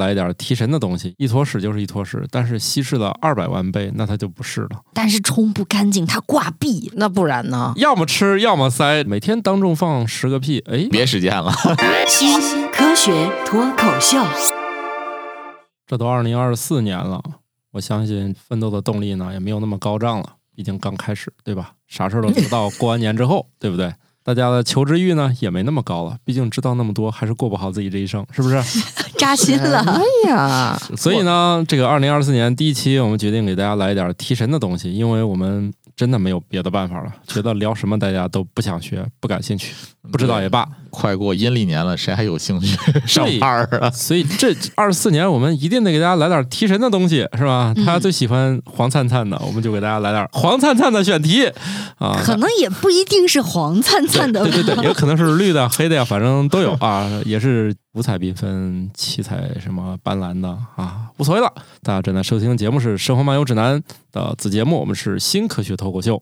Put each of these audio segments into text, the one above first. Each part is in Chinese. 来点提神的东西，一坨屎就是一坨屎，但是稀释了二百万倍，那它就不是了。但是冲不干净，它挂壁。那不然呢？要么吃，要么塞，每天当众放十个屁，哎，别实践了。新科学脱口秀，这都二零二四年了，我相信奋斗的动力呢也没有那么高涨了，毕竟刚开始，对吧？啥事儿都不知道，过完年之后，对不对？大家的求知欲呢也没那么高了，毕竟知道那么多还是过不好自己这一生，是不是？扎心了。哎呀，所以呢，这个二零二四年第一期，我们决定给大家来一点提神的东西，因为我们真的没有别的办 法了，觉得聊什么大家都不想学、不感兴趣，嗯不知道也罢。快过阴历年了，谁还有兴趣上班儿啊？所以这二四年我们一定得给大家来点提神的东西，是吧？大家最喜欢黄灿灿的，我们就给大家来点黄灿灿的选题啊。可能也不一定是黄灿灿的吧对对对，也可能是绿的、 黑的呀，反正都有啊，也是五彩缤纷、七彩什么斑斓的啊，无所谓了。大家正在收听的节目是《生活漫游指南》的子节目，我们是新科学脱口秀。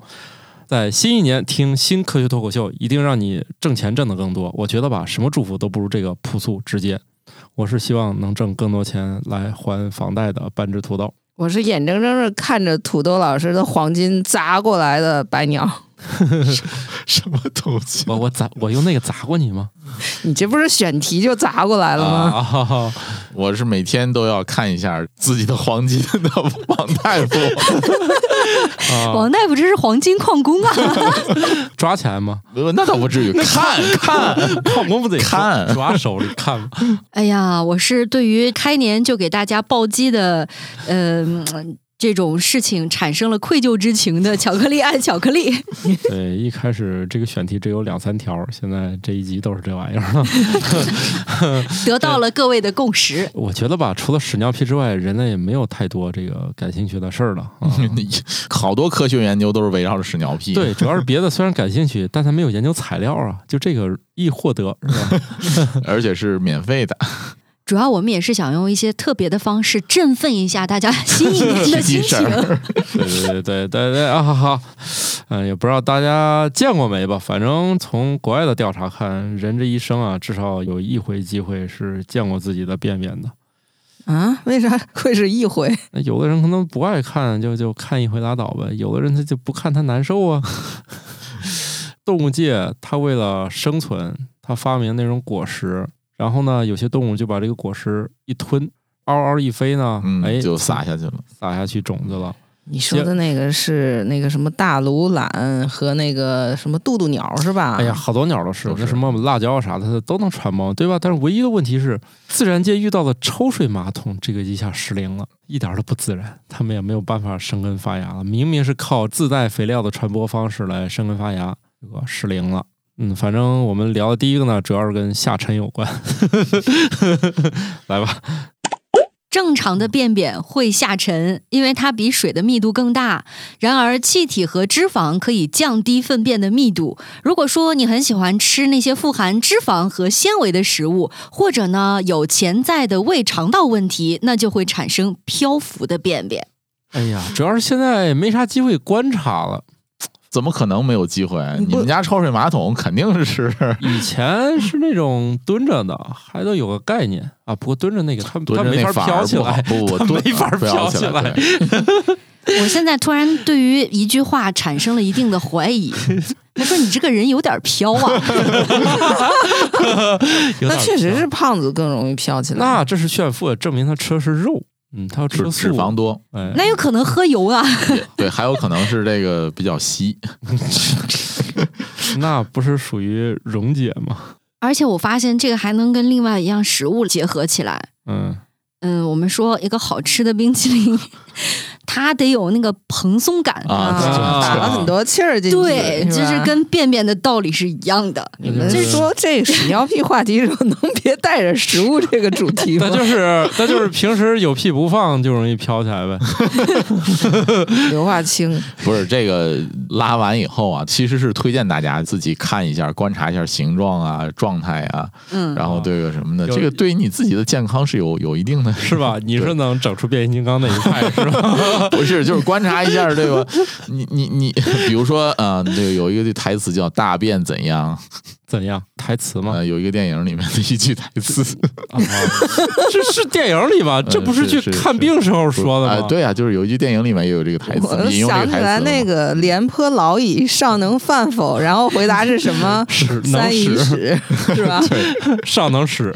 在新一年听新科学脱口秀，一定让你挣钱挣得更多。我觉得吧，什么祝福都不如这个朴素直接。我是希望能挣更多钱来还房贷的半只土豆。 我是眼睁睁的看着土豆老师的黄金砸过来的白鸟。什么东西？我我砸我用那个砸过你吗？你这不是选题就砸过来了吗？啊， 我是每天都要看一下自己的黄金的王大夫，啊王大夫这是黄金矿工 啊！抓钱吗？呃 那倒不至于。看 看，矿工不得看抓手里看吗？哎呀，我是对于开年就给大家暴击的，呃，嗯这种事情产生了愧疚之情的巧克力爱巧 克力，对，一开始这个选题只有两三条，现在这一集都是这玩意儿 了。得到了各位的共识。我觉得吧，除了屎尿屁之外，人类也没有太多这个感兴趣的事儿了啊。你好多科学研究都是围绕着屎尿屁。对，主要是别的虽然感兴趣，但他没有研究材料 啊，就这个易获得，是吧？而且是免费的，主要我们也是想用一些特别的方式振奋一下大家新一年的心 提神情。儿。 对对对对对对啊，好好，嗯、也不知道大家见过没吧？反正从国外的调查看，人这一生啊，至少有一回机会是见过自己的便便的。啊，为啥会是一回？那有的人可能不爱看，就就看一回拉倒呗；有的人他就不看，他难受啊。 动物界，它为了生存，它发明那种果实，然后呢，有些动物就把这个果实一吞，嗷嗷一飞呢，哎，嗯，就撒下去了。撒下去种子了。你说的那个是那个什么大鲁懒和那个什么渡渡鸟是吧？哎呀，，好多鸟都是，都是那什么辣椒啥的它都能传播，对吧？但是唯一的问题是，自然界遇到了抽水马桶，这个一下失灵了，一点儿都不自然，它们也没有办法生根发芽了。明明是靠自带肥料的传播方式来生根发芽，结果失灵了。嗯，反正我们聊的第一个呢，主要是跟下沉有关。 来吧，正常的便便会下沉，因为它比水的密度更大。然而，气体和脂肪可以降低粪便的密度。如果说你很喜欢吃那些富含脂肪和纤维的食物，或者呢有潜在的胃肠道问题，那就会产生漂浮的便便。哎呀，主要是现在没啥机会观察了。怎么可能没有机会？你们家抽水马桶肯定是 以前是那种蹲着的，还都有个概念啊。不过蹲着那个，它它蹲着没那法反飘而起不好来，不不，它蹲啊没法不飘要起起来来。对我现在突然对于一句话产生了一定的怀疑。我说你这个人有点飘啊！有那点飘确实是胖子更容易飘起来。那这是炫富，证明他吃的是肉。嗯，他要吃 脂素脂肪。多，哎，那有可能喝油啊，也对，还有可能是这个比较稀。那不是属于溶解吗？而且我发现这个还能跟另外一样食物结合起来。嗯，嗯，我们说一个好吃的冰淇淋， 它得有那个蓬松感啊打了很多气儿进去，对，是这吧是跟便便的道理是一样的。你们说这屎尿屁话题的时候，能别带着食物这个主 题吗那？就是那就是平时有屁不放就容易飘起来呗。刘化清， 不是这个拉完以后啊，其实是推荐大家自己看一下、观察一下形状啊、状态啊，嗯，然后这个什么的，有这个对于你自己的健康是有有一定的，是吧？你是能整出变形金刚那一派是是吧？ 不是，就是观察一下，对吧？你你你， 比如说，呃，这个有一个台词叫“大便怎样怎样？台词”，吗？呃，有一个电影里面的一句台词，啊，这是电影里吧？这不呃是去是看是病时候 说的啊、吗？？对啊，就是有一句电影里面也有这个台词，我引用这想个起台词来了那个廉颇老矣，尚能饭否？然后回答是什么 使能三以使，使，是吧？上能使，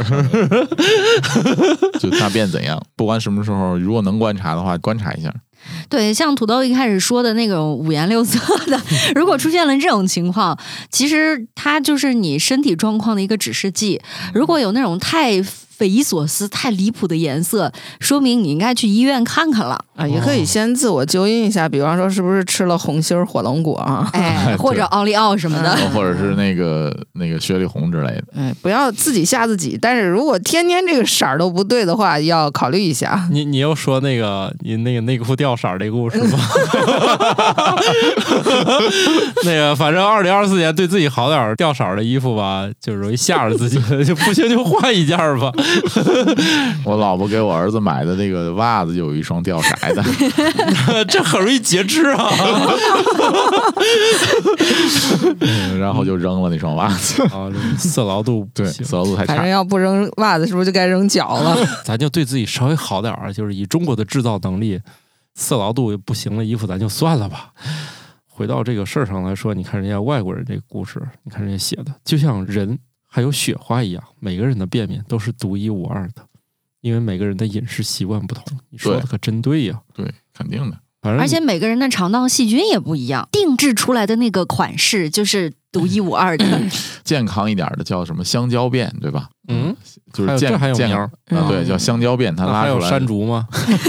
就大便怎样，不管什么时候，如果能观察的话，观察一下。嗯对，像土豆一开始说的那种五颜六色的，嗯如果出现了这种情况，其实它就是你身体状况的一个指示剂。嗯如果有那种太匪夷所思、太离谱的颜色，说明你应该去医院看看了，啊，也可哦以先自我纠音一下，比方说是不是吃了红心儿火龙果啊？哎，或者奥利奥什么嗯的。或者是那个那个薛丽红之类的，哎，不要自己吓自己。但是如果天天这个色儿都不对的话，要考虑一下。你你又说那个你那个内裤掉色儿这故事吗？ 那个反正二零二四年对自己好点儿，掉色儿的衣服吧，就容易吓着自己，就不行就换一件儿吧。 我老婆给我儿子买的那个袜子就有一双掉色的，这很容易截肢啊！嗯 然后就扔了那双袜 子。啊，色牢度不对，行色路太反差正。要不扔袜子，是不是就该扔脚了？ 咱就对自己稍微好点儿，啊就是以中国的制造能力，色牢度不行的衣服咱就算了吧。回到这个事儿上来说，你看人家外国人这个故事，你看人家写的，就像人还有雪花一样，每个人的便便都是独一无二的，因为每个人的饮食习惯不同。你说的可真对呀，对，肯定的。反正而且每个人的肠道细菌也不一样，定制出来的那个款式就是独一无二的。嗯健康一点的叫什么香蕉便，对吧？嗯，就还是有这健还有健苗康儿，啊，对，嗯叫香蕉便，它那拉还出有来山竹吗？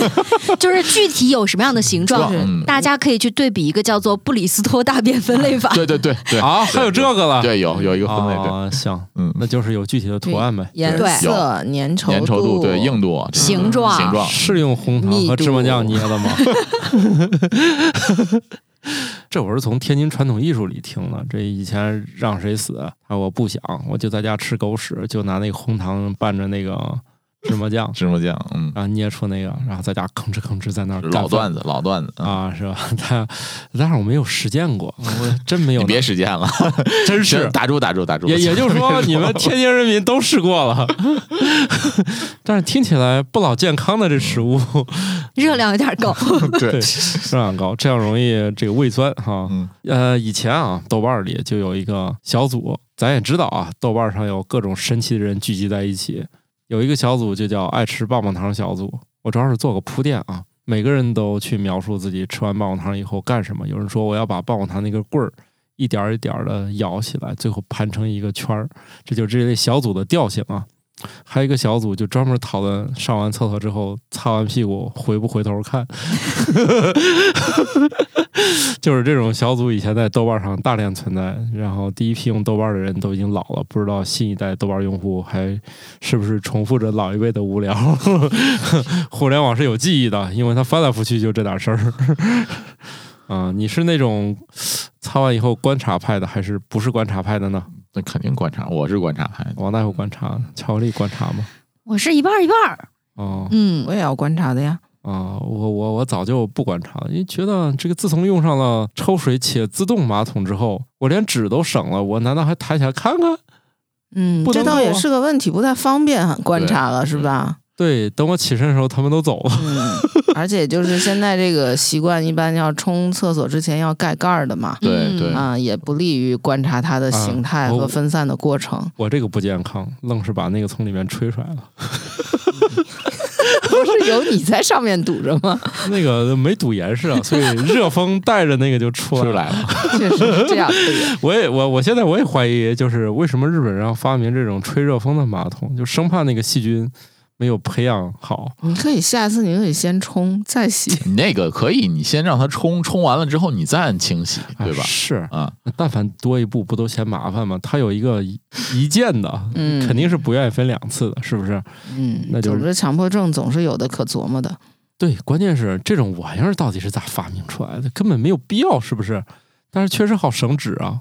就是具体有什么样的形状，嗯大家可以去对比一个叫做布里斯托大便分类法。对对对对，啊，还有这个了，对有有一个分类，对，啊，行，嗯，那就是有具体的图案呗。颜对色、粘稠粘稠度对硬度、这个形状形状，，是用红糖和芝麻酱捏的 吗？这我是从天津传统艺术里听的。这以前让谁死，啊他说我不想，我就在家吃狗屎，就拿那个红糖拌着那个芝麻酱 芝麻酱，嗯，然后捏出那个，然后在家吭哧吭哧在那儿老段子子老段子，嗯啊，是吧？但但是我没有实践过，我真没有 你，别实践了，真是行 打住打住打住，也也就是说，你 们天津人民都试过了， 但是听起来不老健康的这食物。热量有点 高， 对对， 热量高，这样容易这个胃酸哈。嗯呃，以前啊，豆瓣儿里就有一个小组，咱也知道啊，豆瓣儿上有各种神奇的人聚集在一起，有一个小组就叫“爱吃棒棒糖小组”。我主要是做个铺垫啊，每个人都去描述自己吃完棒棒糖以后干什么。有人说我要把棒棒糖那个棍儿一点儿一点的摇起来，最后盘成一个圈儿，这就是这类小组的调性啊。还有一个小组就专门讨论上完厕所之后擦完屁股回不回头看，就是这种小组以前在豆瓣上大量存在，然后第一批用豆瓣的人都已经老了，不知道新一代豆瓣用户还是不是重复着老一辈的无聊。 互联网是有记忆的，因为它翻来覆去就这点事儿。 啊、你是那种擦完以后观察派的，还是不是观察派的呢？那肯定观察，我是观察派的，王大夫观察，巧克力观察吗？我是一半儿一半儿。哦嗯我，也要观察的呀。啊、我我我早就不观察了，因为觉得这个自从用上了抽水且自动马桶之后，我连纸都省了，我难道还抬起来看看？嗯，不这能倒也够啊是个问题，不太方便观察了，是吧？对，等我起身的时候，他们都走了。 嗯，而且就是现在这个习惯，一般要冲厕所之前要盖盖儿的嘛，对对嗯啊，也不利于观察它的形态啊我和分散的过程。 我这个不健康，愣是把那个从里面吹出来了。不是有你在上面堵着吗？那个没堵严实啊， 所以热风带着那个就出来出了。来了，确实是这 样的。我也我我现在我也怀疑，就是为什么日本人要发明这种吹热风的马桶，就生怕那个细菌没有培养好。你可以下次你可以先冲再洗。你那个可以，你先让它冲，冲完了之后你再按清洗，啊对吧？是，啊，但凡多一步不都嫌麻烦吗？它有一个一一键的，嗯，肯定是不愿意分两次的，是不是？嗯，那就是总之强迫症总是有的可琢磨的。对，关键是这种玩意儿到底是咋发明出来的，根本没有必要，是不是？但是确实好省纸啊。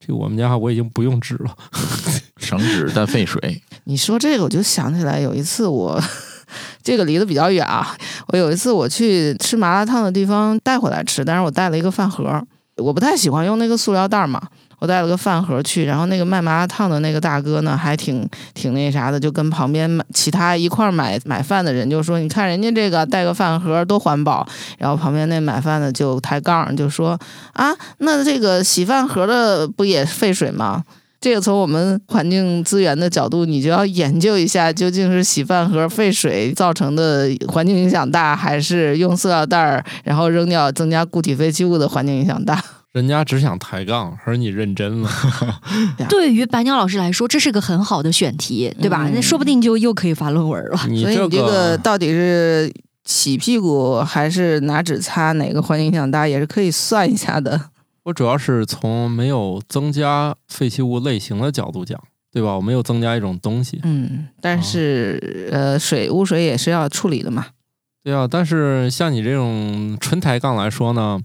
这个我们家我已经不用纸了，省纸 但费水， 你说这个，我就想起来有一次我。这个离得比较远啊，我有一次我去吃麻辣烫的地方带回来吃，但是我带了一个饭盒，我不太喜欢用那个塑料袋儿嘛，我带了个饭盒去，然后那个卖麻辣烫的那个大哥呢，还挺挺那啥的，就跟旁边买其他一块儿买买饭的人就说，你看人家这个带个饭盒多环保，然后旁边那买饭的就抬杠就说啊，那这个洗饭盒的不也废水吗？这个从我们环境资源的角度，你就要研究一下，究竟是洗饭盒废水造成的环境影响大，还是用塑料袋儿然后扔掉增加固体废弃物的环境影响大？人家只想抬杠，而你认真 了。对于白鸟老师来说，这是个很好的选题，对吧？嗯那说不定就又可以发论文嗯了。你所以这你这个到底是洗屁股还是拿纸擦，哪个环境影响大，也是可以算一下的。我主要是从没有增加废弃物类型的角度讲，对吧？我没有增加一种东西，嗯，但是、呃，水污水也是要处理的嘛。对啊。但是像你这种纯抬杠来说呢，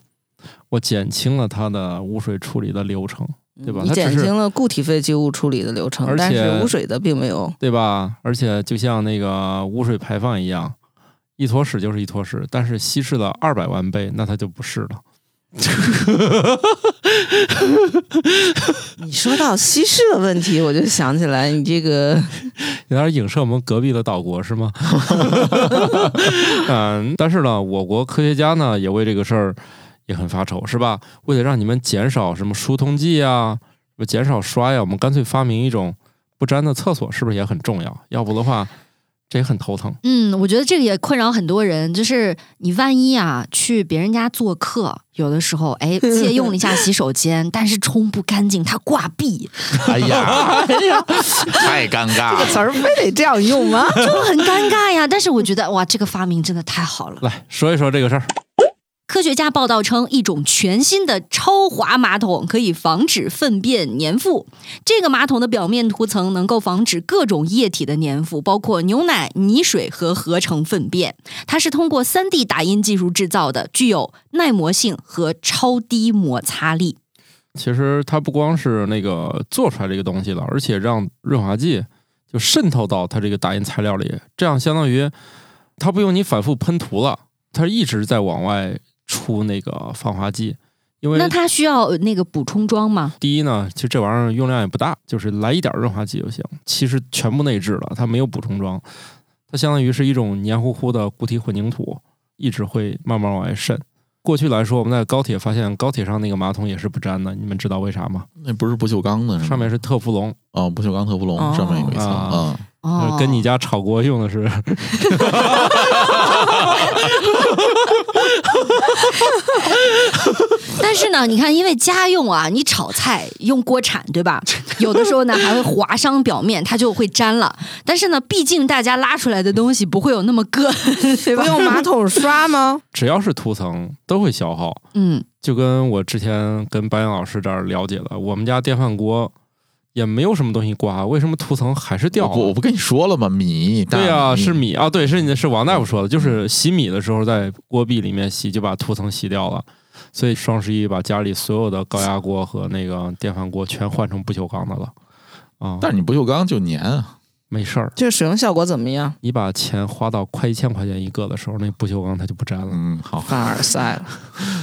我减轻了它的污水处理的流程，对吧嗯你它只减是轻了固体废弃物处理的流程而，但且是污水的并没有。对吧？而且就像那个污水排放一样，一坨屎就是一坨屎，但是稀释了二百万倍，那它就不是了。你说到稀释的问题，我就想起来你这个有点影射我们隔壁的岛国是吗？ 嗯，但是呢，我国科学家呢也为这个事儿也很发愁，是吧？为了让你们减少什么疏通剂啊，什么减少刷呀，我们干脆发明一种不粘的厕所，是不是也很重要？要不的话，这也很头疼。嗯，我觉得这个也困扰很多人，就是你万一啊去别人家做客，有的时候哎借用了一下洗手间，但是冲不干净，它挂壁，哎呀，太尴尬哎了。词儿非得这样用 吗？就很尴尬呀。 但是我觉得哇，这个发明真的太好了。来说一说这个事儿，科学家报道称，一种全新的超滑马桶可以防止粪便粘附。这个马桶的表面涂层能够防止各种液体的粘附，包括牛奶、泥水和合成粪便。它是通过 3D 打印技术制造的，具有耐磨性和超低摩擦力。其实它不光是那个做出来这个东西了，而且让润滑剂就渗透到它这个打印材料里，这样相当于它不用你反复喷涂了，它一直在往外出那个防滑剂。因为那它需要呃那个补充装吗？第一呢，其实这玩意儿用量也不大，就是来一点润滑剂就行。其实全部内置了，它没有补充装，它相当于是一种黏糊糊的固体混凝土，一直会慢慢往外渗。过去来说，我们在高铁发现高铁上那个马桶也是不粘的，你们知道为啥吗？那不是不锈钢的是吗，上面是特氟龙，哦，不锈钢特氟龙哦上面有一层，啊嗯，哦，跟你家炒锅用的是，但是呢，你看，因为家用啊，你炒菜用锅铲，对吧？有的时候呢，还会划伤表面，它就会粘了。但是呢，毕竟大家拉出来的东西不会有那么硌， 对不吧？用马桶刷吗？只要是涂层都会消耗。嗯，就跟我之前跟白岩老师这儿了解了，我们家电饭锅也没有什么东西刮，为什么涂层还是掉我了？不我不跟你说了吗？米，对呀、大米嗯是米啊，对，是你是王大夫说的，就是洗米的时候在锅壁里面洗，就把涂层洗掉了。所以双十一把家里所有的高压锅和那个电饭锅全换成不锈钢的了。啊、但是你不锈钢就粘啊，没事儿，这个使用效果怎么样？你把钱花到快一千块钱一个的时候，那不锈钢它就不粘了。嗯，好，凡尔赛了，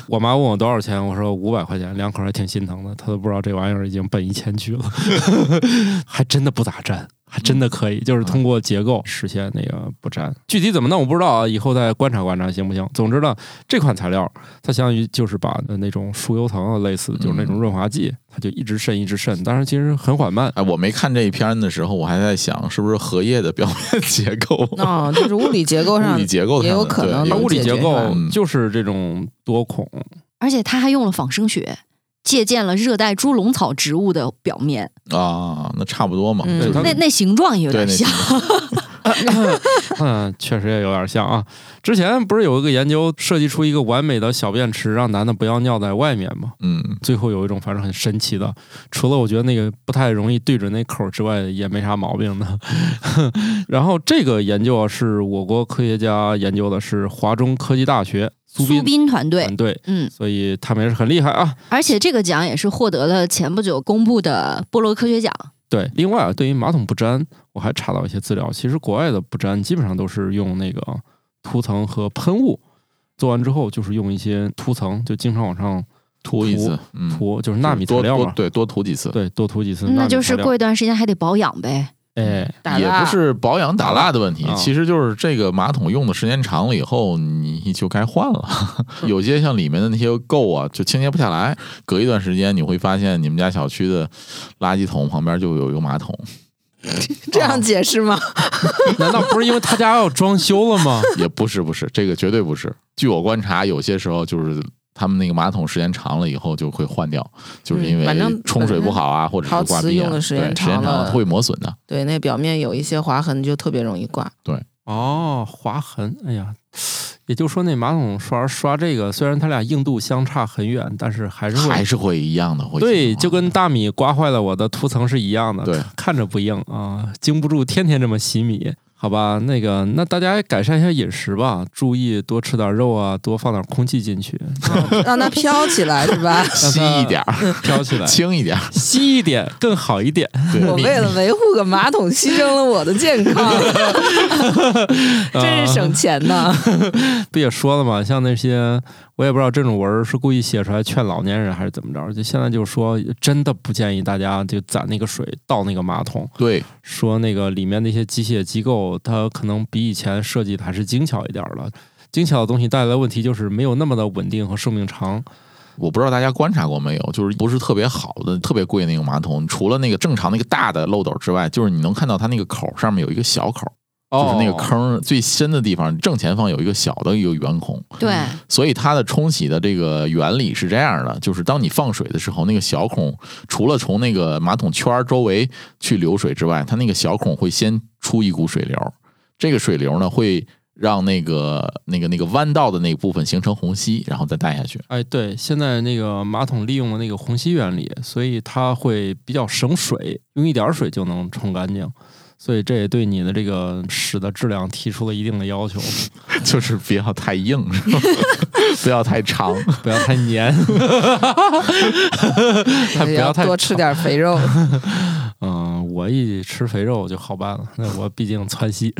我妈问我多少钱，我说五百块钱，两口还挺心疼的，她都不知道这玩意儿已经奔一千去了， 还真的不咋粘，还真的可以，就是通过结构实现那个不粘。具体怎么弄我不知道啊，以后再观察观察行不行。总之呢，这款材料它相当于就是把那种疏油层啊类似，就是嗯那种润滑剂，它就一直渗一直渗，但是其实很缓慢。哎，我没看这一篇的时候，我还在想是不是荷叶的表面结构、哦，就是物理结构物上理结构也上有的可对能有它物理解结决构它嗯就是这种多孔，而且它还用了仿生学，借鉴了热带猪笼草植物的表面，啊，那差不多嘛，嗯就是它那那形状也有对点那像。 嗯，确实也有点像啊。之前不是有一个研究设计出一个完美的小便池，让男的不要尿在外面吗？嗯，最后有一种反正很神奇的，除了我觉得那个不太容易对准那口儿之外，也没啥毛病的。 然后这个研究啊，是我国科学家研究的，是华中科技大学苏苏斌宾团队，团队，嗯，所以他们也是很厉害啊。而且这个奖也是获得了前不久公布的波罗科学奖。对，另外啊，对于马桶不粘，我还查到一些资料，其实国外的不粘基本上都是用那个涂层和喷雾。做完之后就是用一些涂层，就经常往上涂一次，嗯，涂，就是纳米材多料多嘛。对多涂几次，对，多涂几次。纳那米就材是料过一段时间还得保养呗。哎，打也蜡不是保养打蜡的问题啊，其实就是这个马桶用的时间长了以后，你就该换了。嗯 有些像里面的那些垢啊，就清洁不下来，隔一段时间你会发现你们家小区的垃圾桶旁边就有一个马桶，这啊样解释吗？难道不是因为他家要装修了吗？ 也不是不是，这个绝对不是。据我观察，有些时候就是。他们那个马桶时间长了以后就会换掉，就是因嗯反正为冲水不好啊，或者是陶挂瓷壁啊，用的对，时时间间长长了会磨损的。对，那表面有一些划痕，就特别容易挂。哦，划痕，哎呀，也就是说那马桶刷刷这个，虽然它俩硬度相差很远，但是还是会还是会一样的，会对，情况就跟大米刮坏了我的涂层是一样的，对看，看着不硬啊，经不住天天这么洗米，好吧？那个，那大家改善一下饮食吧，注意多吃点肉啊，多放点空气进去， 让它飘起来是 吧？稀一点儿，飘 起来，轻一点儿。稀一点更好一点。 对我为了维护个马桶，牺牲了我的健康， 真是省钱呐！不也说了吗？像那些我也不知道这种文儿是故意写出来劝老年人还是怎么着，就现在就说真的不建议大家就攒那个水倒那个马桶，对，说那个里面那些机械机构，它可能比以前设计的还是精巧一点儿了。精巧的东西带来的问题就是没有那么的稳定和寿命长。我不知道大家观察过没有，就是不是特别好的、特别贵那个马桶，除了那个正常那个大的漏斗之外，就是你能看到它那个口儿上面有一个小口儿，就是那哦个坑儿最深的地方正前方有一个小的一个圆孔，对，所以它的冲洗的这个原理是这样的，就是当你放水的时候，那个小孔除了从那个马桶圈儿周围去流水之外，它那个小孔会先出一股水流，这个水流呢会让那个那个那个弯道的那部分形成虹吸，然后再带下 去。哎，对，现在那个马桶利用了那个虹吸原理，所以它会比较省水，用一点儿水就能冲干净。所以这也对你的这个屎的质量提出了一定的要求，就是不要太硬，是吧不要太长。不要太粘，还啊 不要太多吃点 肥肉，嗯，我一吃肥肉就好办了。那我毕竟川西，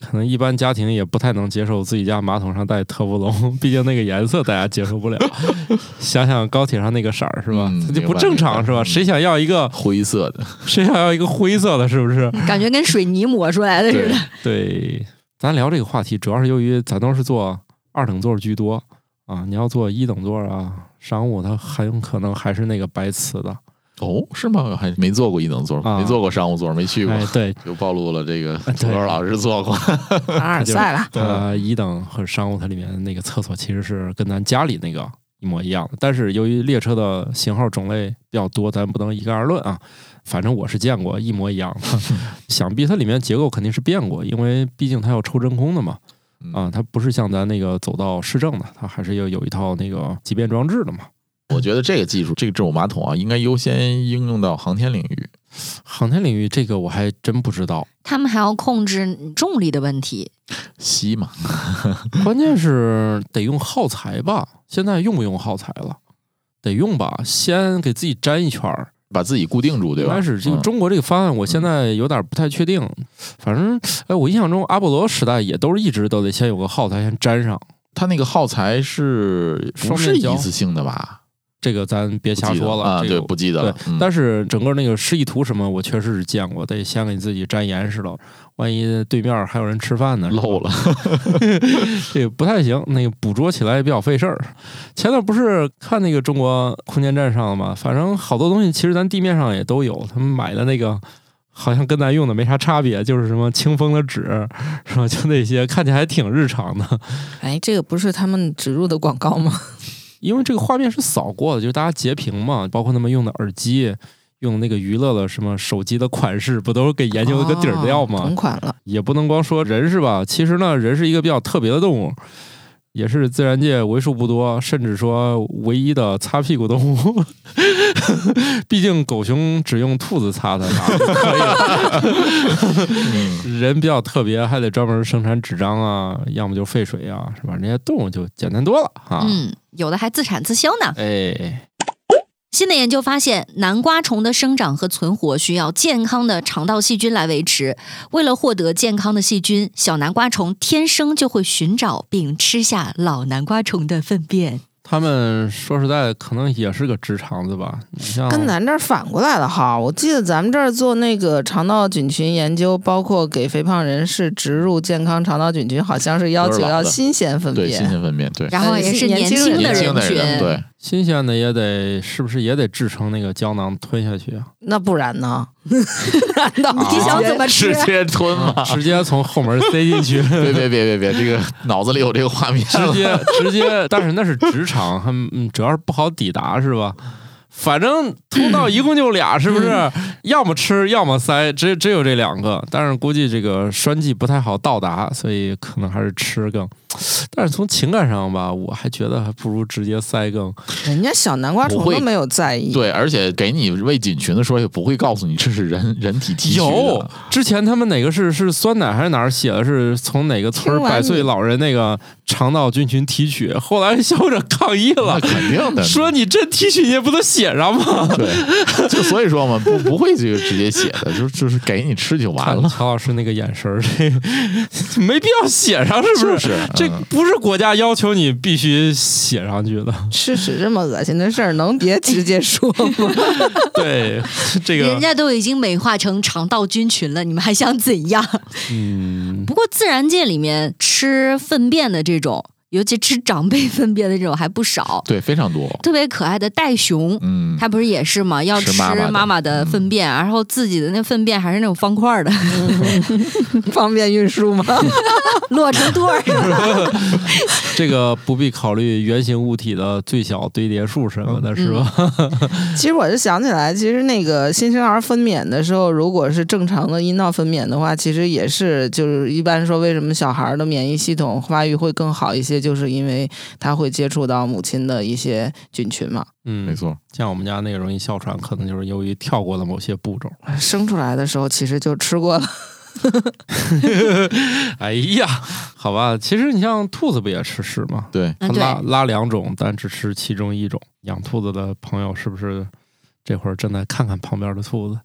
可能一般家庭也不太能接受自己家马桶上带特氟龙，毕竟那个颜色大家接受不了。 想想高铁上那个色儿是吧？嗯它就明不白正明常白是吧？嗯谁想要一个灰色的，谁想要一个灰色的？是不是？感觉跟水泥磨出 来的似对的。， 对，咱聊这个话题，主要是由于咱都是坐二等座居多啊，你要坐一等座啊，商务它很有可能还是那个白瓷的。哦，是吗？还没坐过一等座，啊没坐过商务座，没去过，哎，对，又暴露了这个对土豆老师坐过。阿尔赛啦，呃，一等和商务它里面那个厕所其实是跟咱家里那个一模一样的，但是由于列车的型号种类比较多，咱不能一概而论啊。反正我是见过一模一样的，想必它里面结构肯定是变过，因为毕竟它要抽真空的嘛。嗯啊，它不是像咱那个走到市政的，它还是要有一套那个集变装置的嘛。我觉得这个技术，这个这种马桶啊，应该优先应用到航天领域。航天领域这个我还真不知道，他们还要控制重力的问题，吸嘛，关键是得用耗材吧？现在用不用耗材了？得用吧，先给自己粘一圈儿，把自己固定住，对吧？开始这个嗯中国这个方案，我现在有点不太确定。反正，哎，我印象中阿波罗时代也都是一直都得先有个耗材先粘上。它那个耗材是不双是面胶一次性的吧？这个咱别瞎不记得说了啊，这个对，不记得了。对嗯，但是整个那个示意图什么，我确实是见过，得先给自己粘严实了。万一对面还有人吃饭呢，漏了，这个不太行。那个捕捉起来也比较费事儿。前段不是看那个中国空间站上了吗？反正好多东西其实咱地面上也都有，他们买的那个。好像跟咱用的没啥差别，就是什么清风的纸，是吧？就那些看起来还挺日常的，哎，这个不是他们植入的广告吗？因为这个画面是扫过的，就是大家截屏嘛，包括他们用的耳机，用的那个娱乐的什么手机的款式，不都是给研究一个底儿料吗？哦同款了，也不能光说人是吧？其实呢，人是一个比较特别的动物，也是自然界为数不多，甚至说唯一的擦屁股动物。 毕竟狗熊只用兔子擦它就可以了。 人比较特别，还得专门生产纸张啊，要么就废水啊，嗯是吧？人家动物就简单多了啊。嗯，有的还自产自销呢。哎，新的研究发现，南瓜虫的生长和存活需要健康的肠道细菌来维持。为了获得健康的细菌，小南瓜虫天生就会寻找并吃下老南瓜虫的粪便。他们说实在，可能也是个直肠子吧。你像跟咱这儿反过来了哈。我记得咱们这儿做那个肠道菌群研究，包括给肥胖人士植入健康肠道菌群，好像是要求都是老要的新鲜粪嗯对，新便。鲜粪便，对，然后也是年轻 呃年的轻人的群，人，对，新鲜的也得，是不是也得制成那个胶囊吞下去啊？那不然呢？ 难道你想怎么吃直？啊接吞嘛，直接从后门塞进去，别别别别别，这个脑子里有这个画面直了。 接直接，但是那是直肠，还嗯主要是不好抵达是吧？反正通 道一共就俩，是不是？嗯要么吃，要么塞，只只有这两个。但是估计这个栓剂不太好到达，所以可能还是吃更。但是从情感上吧，我还觉得还不如直接塞更。人家小南瓜虫不会都没有在意。对，而且给你喂菌群的时候，也不会告诉你这是人人体提取有的。之前他们哪个是是酸奶还是哪儿写的是从哪个村儿听完百岁你老人那个肠道菌群提取，后来校长抗议那了，肯定的，说你这提取你也不能写上吗？对，就所以说嘛，不不会这个直接写的，就就是给你吃就完看了，乔老师那个 眼神儿，这个没必要写上，是不？就是是这嗯不是国家要求你必须写上去 的。吃屎这么恶心的事儿，能别直接说吗？ 对，这人个 家都已经美化成肠道菌群了，你们还想怎样？嗯，不过自然界里面吃粪便的这种，尤其吃长辈粪便的这种还不少。对非常多。特别可爱的袋熊，嗯，它不是也是吗？要吃吃妈妈的嗯妈妈的粪便，然后自己的那粪便还是那种方块儿的， 方便运输吗？摞成堆 儿。这个不必考虑圆形物体的最小堆叠数什么的，嗯是吧？ 其实我就想起来，其实那个新生儿分娩的时候，如果是正常的阴道分娩的话，其实也是就是一般说，为什么小孩儿的免疫系统发育会更好一些，就是因为他会接触到母亲的一些菌群嘛。嗯，没。错，像我们家那个容易哮喘，可能就是由于跳过了某些步骤。生出来的时候其实就吃过了，哎呀，好吧，其实你像兔子不也吃屎吗？对，它嗯，对，拉拉两种，但只吃其中一种。养兔子的朋友是不是这会儿正在看看旁边的兔子？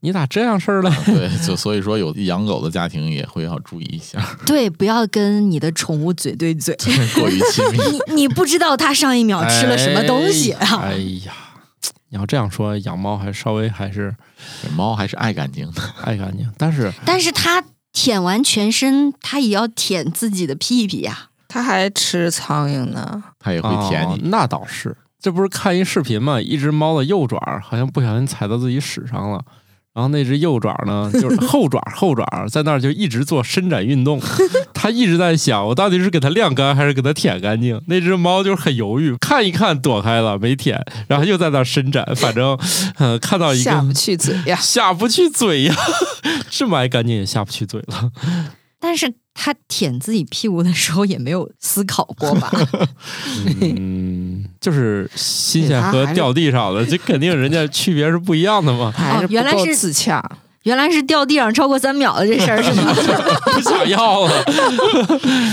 你咋这样事儿了？对，就所以说有养狗的家庭也会要注意 一下，对，不要跟你的宠物嘴对嘴，过于亲密。你你不知道它上一秒吃了什么东西啊。哎呀，你要这样说，养猫还稍微还是猫还是爱干净的，爱干净，但是但是它舔完全身，它也要舔自己的屁啊屁呀、他还吃苍蝇呢。 它也会舔哦你。那倒是，这不是看一视频嘛，一只猫的右爪儿好像不小心踩到自己屎上了。然后那只右爪呢，就是 后爪，后爪在那儿就一直做伸展运动， 它一直在想，我到底是给它晾干还是给它舔干净？那只猫就是很犹豫，看一看躲开了没舔，然后又在那儿伸展，反正，呃，看哦到一下不个。去嘴呀下不去嘴呀， 这么爱干净也下不去嘴了。但是它舔自己屁股的时候也没有思考过 吧？嗯，就是新对鲜它和还是掉地上的，这肯定人家区别是不一样的嘛。还是哦原来不够是自洽，原来是掉地上超过三秒的这事儿是 吗？不想要了。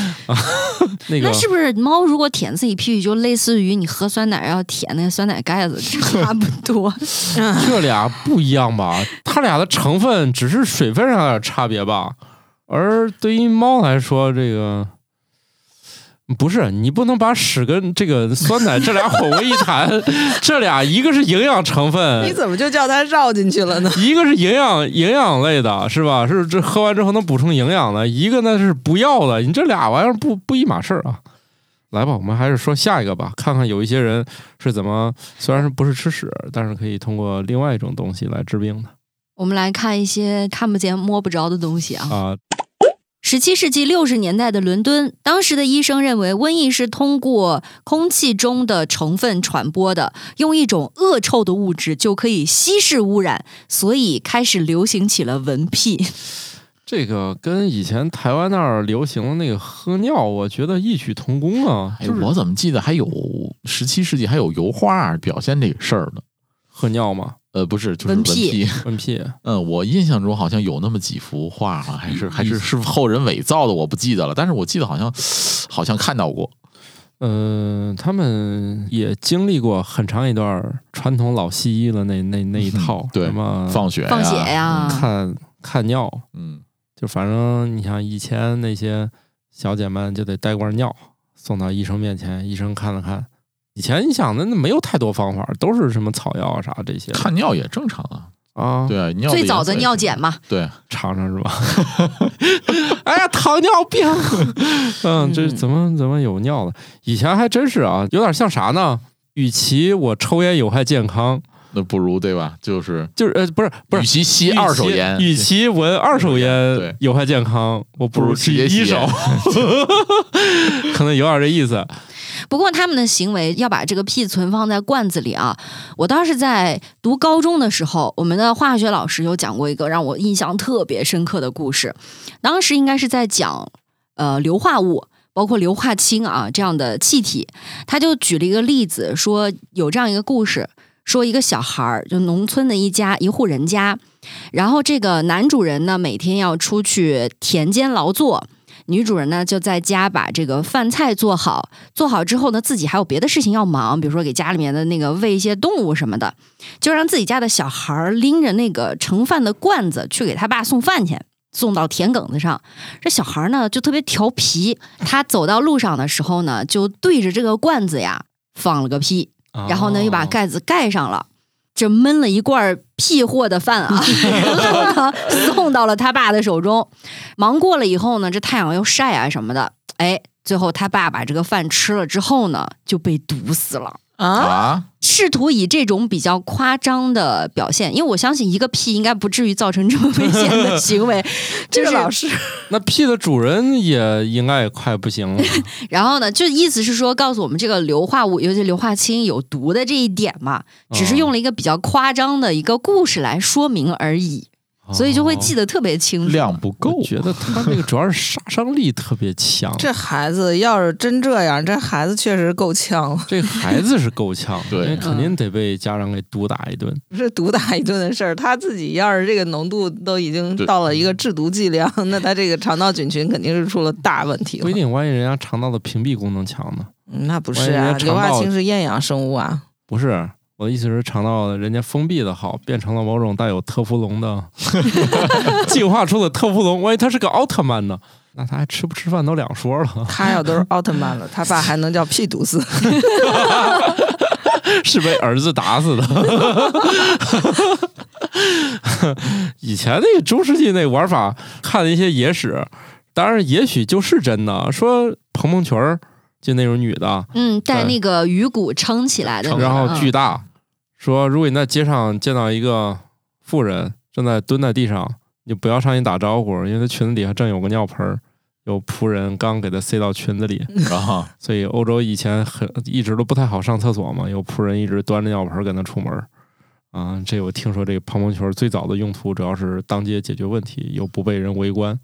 那个那是不是猫如果舔自己屁屁，就类似于你喝酸奶要舔那个酸奶盖 子，差不多？这俩不一样吧？它俩的成分只是水分上有点差别吧。而对于猫来说，这个不是你不能把屎跟这个酸奶这俩混为一谈，这俩一个是营养成分，你怎么就叫他绕进去了呢？ 一个是营养营养类的，是吧？是这喝完之后能补充营养的，一个呢是不要的。你这俩玩意儿不不一码事儿啊。来吧，我们还是说下一个吧，看看有一些人是怎么，虽然是不是吃屎，但是可以通过另外一种东西来治病的我们来看一些看不见摸不着的东西啊。啊。十七世纪六十年代的伦敦，当时的医生认为瘟疫是通过空气中的成分传播的，用一种恶臭的物质就可以稀释污染，所以开始流行起了蚊屁。这个跟以前台湾那儿流行的那个喝尿，我觉得异曲同工啊，哎，就是我怎么记得还有十七世纪还有油画表现这个事儿呢？喝尿嘛，呃，不是，就是文文屁屁。问屁。嗯，我印象中好像有那么几幅画啊，还是还是是后人伪造的，我不记得了。但是我记得好像好像看到过，呃，他们也经历过很长一段传统老西医的那那那一套，嗯对什么放血、放血呀、看看尿，嗯，就反正你像以前那些小姐们就得带罐尿送到医生面前，医生看了看。以前你想的那没有太多方法，都是什么草药啊啥这些嗯看尿也正常啊，啊，对啊，尿最早的颜色也尿检嘛，对，尝尝是吧？ 哎呀，糖尿病，嗯，这怎么怎么有尿了？以前还真是啊，有点像啥呢？与其我抽烟有害健康，那不如对吧？就是就是呃，不是不与是，其吸二手烟，与其闻二手对烟有害健康，我不不如如直吸接吸一手烟，可能有点这意思。不过他们的行为要把这个屁存放在罐子里啊。我当时在读高中的时候，我们的化学老师有讲过一个让我印象特别深刻的故事。当时应该是在讲呃硫化物，包括硫化氢啊这样的气体。他就举了一个例子，说有这样一个故事，说一个小孩儿，就农村的一家一户人家，然后这个男主人呢每天要出去田间劳作。女主人呢就在家把这个饭菜做好，做好之后呢，自己还有别的事情要忙，比如说给家里面的那个喂一些动物什么的，就让自己家的小孩儿拎着那个盛饭的罐子去给他爸送饭去，送到田埂子上。这小孩儿呢就特别调皮，他走到路上的时候呢，就对着这个罐子呀放了个屁，哦然后呢又把盖子盖上了。这闷了一罐屁货的饭啊，然后呢送到了他爸的手中。忙过了以后呢，这太阳又晒啊什么的，哎，最后他爸把这个饭吃了之后呢，就被毒死了。啊，啊，试图以这种比较夸张的表现，因为我相信一个屁应该不至于造成这么危险的行为，这就个是老师那屁的主人也应该也快不行了，然后呢，就意思是说，告诉我们这个硫化物，尤其硫化氢有毒的这一点嘛，只是用了一个比较夸张的一个故事来说明而已， 哦所以就会记得得特别清楚。量不够嗯我，觉得他这个主要是杀伤力特别强，这孩子要是真这样，这孩子确实够呛啊了。这孩子是够呛， 对因为肯嗯定得被家长给毒打一顿。不是毒打一顿的事儿，他自己要是这个浓度都已经对到了一个制毒剂量，那他这个肠道菌群肯定是出了大问题不了一。定，万一人家肠道的屏蔽功能强呢？嗯那不万是一人啊家，肠硫化道氢是厌氧生物 啊。不是，我的意思是肠道的人家封闭的好，变成了某种带有特氟龙 的进化出的特氟龙。万一他是个奥特曼呢？那他还吃不吃饭都两说了，他要都是奥特曼了，他爸还能叫屁毒死？ 是被儿子打死的。 以前那个中世纪那玩法，看了一些野史，当然也许就是真的，说蓬蓬裙儿，就那种女的，嗯，带那个鱼骨撑起来的那个，然后嗯巨大，说如果你在街上见到一个妇人正在蹲在地上，你就不要上去打招呼，因为她裙子底下正有个尿盆儿，有仆人刚给她塞到裙子里，然后所以欧洲以前很一直都不太好上厕所嘛，有仆人一直端着尿盆儿跟她出门儿。啊，这我听说这个蓬蓬裙儿最早的用途主要是当街解决问题，又不被人围观。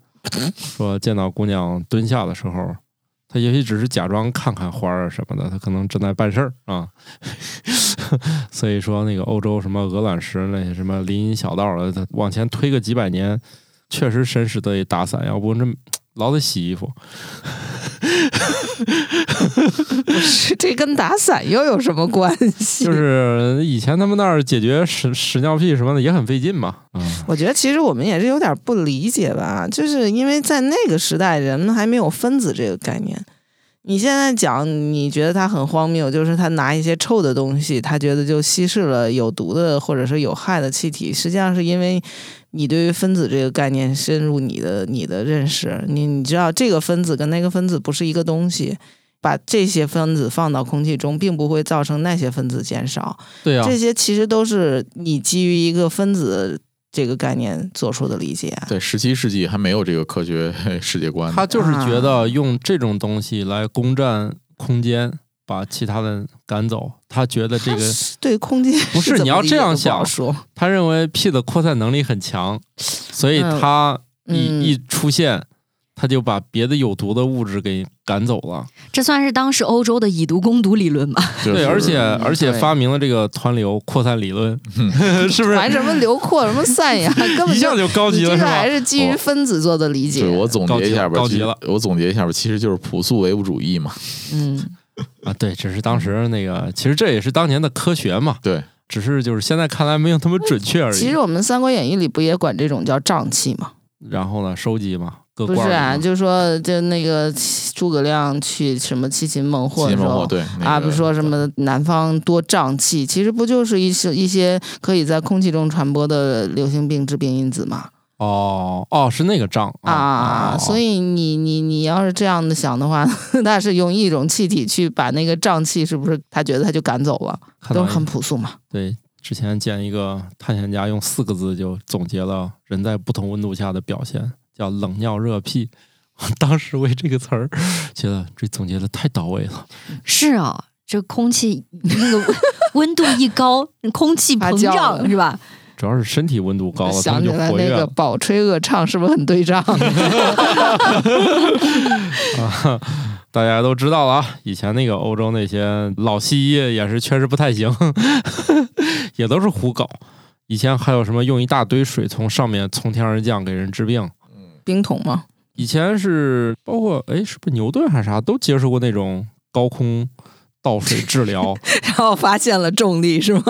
说见到姑娘蹲下的时候，她也许只是假装看看花儿啊什么的，她可能正在办事儿啊。 所以说那个欧洲什么鹅卵石那些什么林荫小道儿啊，它往前推个几百年，确实绅士得以打散，要不这老得洗衣服。是这跟打伞又有什么关 系？就是以前他们那儿解决屎屎尿屁什么的也很费劲嘛。嗯，我觉得其实我们也是有点不理解吧，就是因为在那个时代，人们还没有分子这个概念。你现在讲，你觉得他很荒谬，就是他拿一些臭的东西，他觉得就稀释了有毒的或者是有害的气体，实际上是因为你对于分子这个概念深入你的你的认识，你你知道这个分子跟那个分子不是一个东西。把这些分子放到空气中，并不会造成那些分子减少，对啊呀、这些其实都是你基于一个分子这个概念做出的理解。啊对十七世纪还没有这个科学 世界观呢，啊他就是觉啊得用这种东西来攻占空间，把其他的赶走。他觉得 这个，对空间不是是怎么你要理解这样都不好想说，他认为屁的扩散能力很强，所以嗯他一、嗯一出现，他就把别的有毒的物质给赶走了。这算是当时欧洲的以毒攻毒理论 吧？就是对，而且而且嗯对发明了这个湍流扩散理论，是不是还什么流扩什么 散呀，根一本下就就高级你了这是个吧还？是基于分子做的理解。对我总高结级一下了吧，高级其实了我总结一下吧，其实就是朴素唯物主义嘛，嗯，啊，对，只是当时那个，其实这也是当年的科学嘛，对，只是就是现在看来没有那么准确而其已实。我们《三国演义》里不也管这种叫瘴气吗？然后呢，收集嘛，各不罐是儿啊，嘛就说就那个诸葛亮去什么七擒孟获的新时闻候后，对啊，不说什么南方多瘴气，其实不就是一些一些可以在空气中传播的流行病致病因子嘛？哦哦，是那个账哦啊，所以你你你要是这样的想的话， 那是用一种气体去把那个瘴气，是不是他觉得他就赶走了？看都来是很朴素嘛。对。之前见一个探险家用四个字就总结了人在不同温度下的表现，叫冷尿热屁。 我当时为这个词儿觉得这总结的太到位了。是啊，这空气那个温度一高，空气膨发酵胀了是吧？主要是身体温度高了，他想们起就来活那跃个了。饱吹恶唱是不是很对 仗？大家都知道了啊，以前那个欧洲那些老西医也是确实不太行， 也都是胡搞。以前还有什么用一大堆水从上面从天而降给人治病？冰桶 吗？以前是包括哎，是不是牛顿还是啥都接受过那种高空倒水治疗？ 然后发现了重力是吗？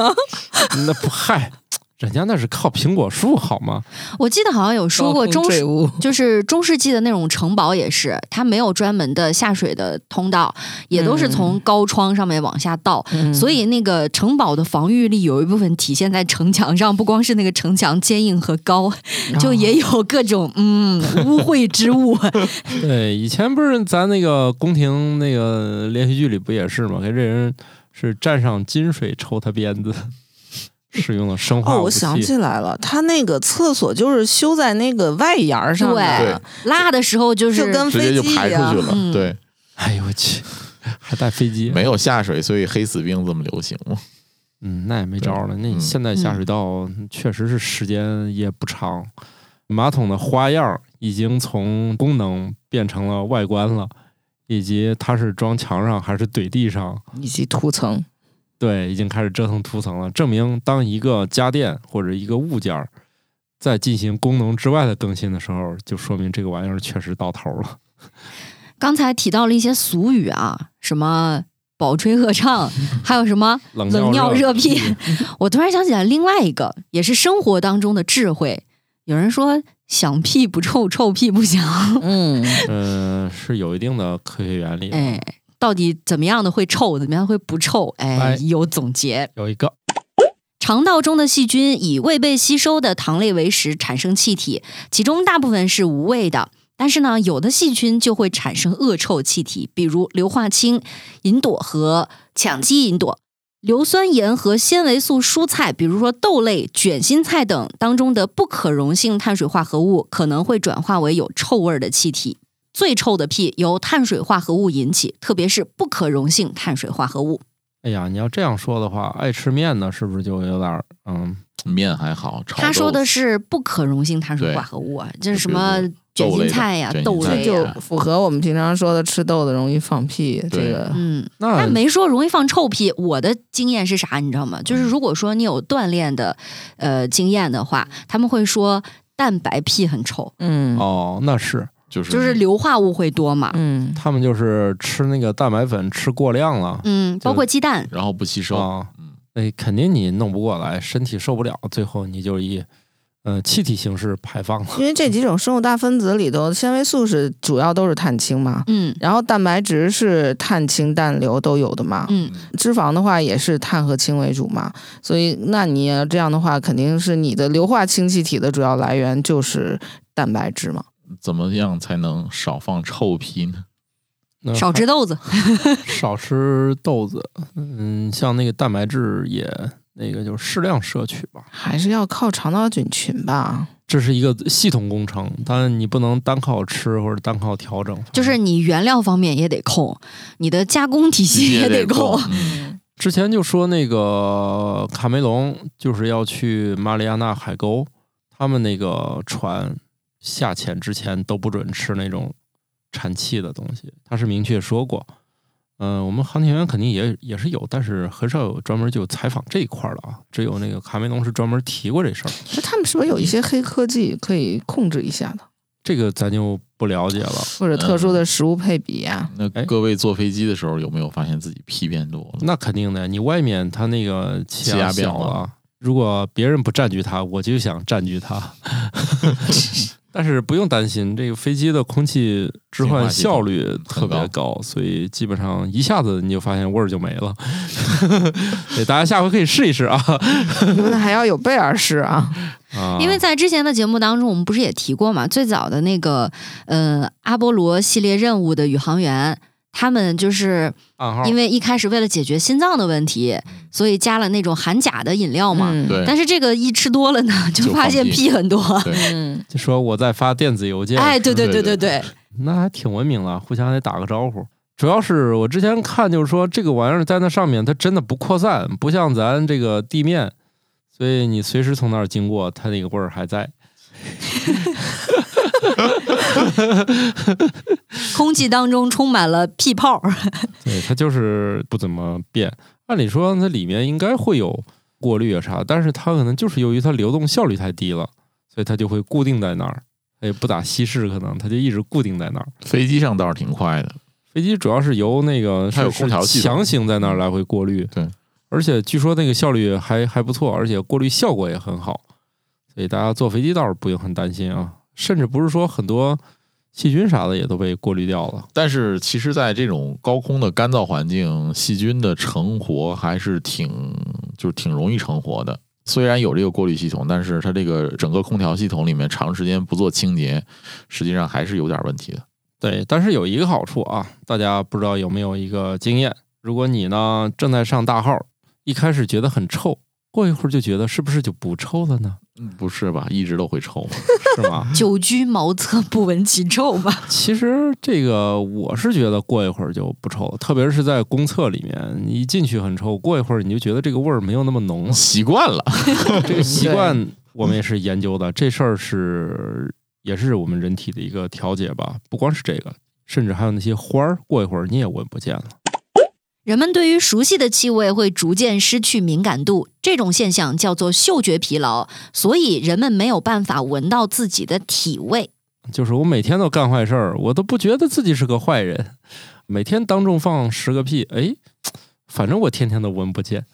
那不嗨，人家那是靠苹果树好吗？我记得好像有说过中世，物就是中世纪的那种城堡也是，它没有专门的下水的通道，也都是从高窗上面往下倒。嗯所以那个城堡的防御力有一部分体现在城墙上，不光是那个城墙坚硬和高，就啊也有各种嗯污秽之物。 对，以前不是咱那个宫廷那个连续剧里不也是吗？给这人是蘸上金水抽他鞭子， 使用了生化哦，武我器。想起来了，他那个厕所就是修在那个外沿儿上哎的，拉的时候就是就跟直接飞就机一排出去样。了，嗯对，哎呦我去，还带飞机？没有下水，所以黑死病这么流行嘛，嗯，那也没招了。那嗯现在下水道确实是时间也不长，马桶的花样儿已经从功能变成了外观了，以及它是装墙上还是怼地上，以及涂层，对，已经开始折腾涂层了。证明当一个家电或者一个物件儿在进行功能之外的更新的时候，就说明这个玩意儿确实到头了。刚才提到了一些俗语啊，什么饱吹恶唱，还有什么冷冷尿尿热屁屁。我突然想起来另外一个，也是生活当中的智慧。有人说响屁不臭，臭屁不响。嗯，呃，是有一定的科学原理的。哎，到底怎么样的会臭，怎么样会不臭？哎哎，有总结。有一个肠道中的细菌以未被吸收的糖类为食，产生气体，其中大部分是无味的。但是呢，有的细菌就会产生恶臭气体，比如硫化氢、吲哚和羟基吲哚。硫酸盐和纤维素蔬菜，比如说豆类、卷心菜等当中的不可溶性碳水化合物，可能会转化为有臭味儿的气体。最臭的屁由碳水化合物引起，特别是不可溶性碳水化合物。哎呀，你要这样说的话，爱吃面呢，是不是就有点儿嗯？面还好，炒他说豆的腐是不可溶性碳水对化合物啊，这就是什么卷心菜呀、豆豆类的类卷心呀、菜就符合我们平常说的吃豆的容易放屁这对个。嗯，那但没说容易放臭屁。我的经验是啥，你知道吗？嗯就是如果说你有锻炼的呃经验的话，他们会说蛋白屁很臭，嗯哦，那是就是就是硫化物会多嘛。嗯，他们就是吃那个蛋白粉吃过量了嗯，包括鸡蛋，然后不吸收，啊嗯，哎，肯定你弄不过来，身体受不了，最后你就以呃气体形式排放了。因为这几种生物大分子里头，纤维素是主要都是碳氢嘛，嗯然后蛋白质是碳、氢、氮、硫都有的嘛，嗯，脂肪的话也是碳和氢为主嘛，所以那你要这样的话，肯定是你的硫化氢气体的主要来源就是蛋白质嘛。怎么样才能少放臭屁 呢？嗯那少吃豆子，少吃豆子，嗯，像那个蛋白质也那个就适量摄取吧。还是要靠肠道菌群吧。这是一个系统工程，当然你不能单靠吃或者单靠调整。就是你原料方面也得控，你的加工体系也得控。 嗯之前就说那个卡梅隆就是要去马里亚纳海沟，他们那个船下潜之前都不准吃那种产气的东西，他是明确说过。嗯、我们航天员肯定也也是有，但是很少有专门就采访这一块儿的啊。只有那个卡梅隆是专门提过这事儿，那他们是不是有一些黑科技可以控制一下的？这个咱就不了解了。或者特殊的食物配比啊呀、那哎各位坐飞机的时候有没有发现自己屁变多 了？那肯定的，你外面它那个气气压变小化了，啊如果别人不占据它，我就想占据它。 但是不用担心，这个飞机的空气置换效率特别很高，所以基本上一下子你就发现味儿就没了。 对，大家下回可以试一试啊嗯你们还要有贝尔 式啊，啊！因为在之前的节目当中，我们不是也提过嘛，最早的那个呃阿波罗系列任务的宇航员，他们就是啊暗号因为一开始为了解决心脏的问题，所以加了那种含钾的饮料嘛。嗯，对但是这个一吃多了呢，就就发现放屁屁很多。对，嗯，就说我在发电子邮件，哎，对对对对对对对，那还挺文明了，互相得打个招呼。主要是我之前看，就是说这个玩意儿在那上面，它真的不扩散，不像咱这个地面，所以你随时从那儿经过，它那个味儿还在。空气当中充满了屁泡。 对，它就是不怎么变。按理说它里面应该会有过滤啊啥，但是它可能就是由于它流动效率太低了，所以它就会固定在那儿，它也不咋稀释，可能它就一直固定在那儿。飞机上倒是挺快的，飞机主要是由那个它有是空调是系统强行在那儿来回过滤，对，而且据说那个效率还还不错，而且过滤效果也很好，所以大家坐飞机倒是不用很担心啊，甚至不是说很多细菌啥的也都被过滤掉了，但是其实，在这种高空的干燥环境，细菌的成活还是挺就是挺容易成活的。虽然有这个过滤系统，但是它这个整个空调系统里面长时间不做清洁，实际上还是有点问题的。对，但是有一个好处啊，大家不知道有没有一个经验，如果你呢正在上大号，一开始觉得很臭，过一会儿就觉得是不是就不臭了呢？嗯不是吧？一直都 会臭吗？。是吗？久居茅厕不闻其臭嘛。其实这个我是觉得过一会儿就不臭了，特别是在公厕里面，你一进去很臭，过一会儿你就觉得这个味儿没有那么浓嗯了嗯习惯了，这个习惯我们也是研究的，这事儿是也是我们人体的一个调节吧，不光是这个，甚至还有那些花儿，过一会儿你也闻不见了。人们对于熟悉的气味会逐渐失去敏感度，这种现象叫做嗅觉疲劳，所以人们没有办法闻到自己的体味。就是我每天都干坏事儿，我都不觉得自己是个坏人，每天当众放十个屁，哎，反正我天天都闻不见。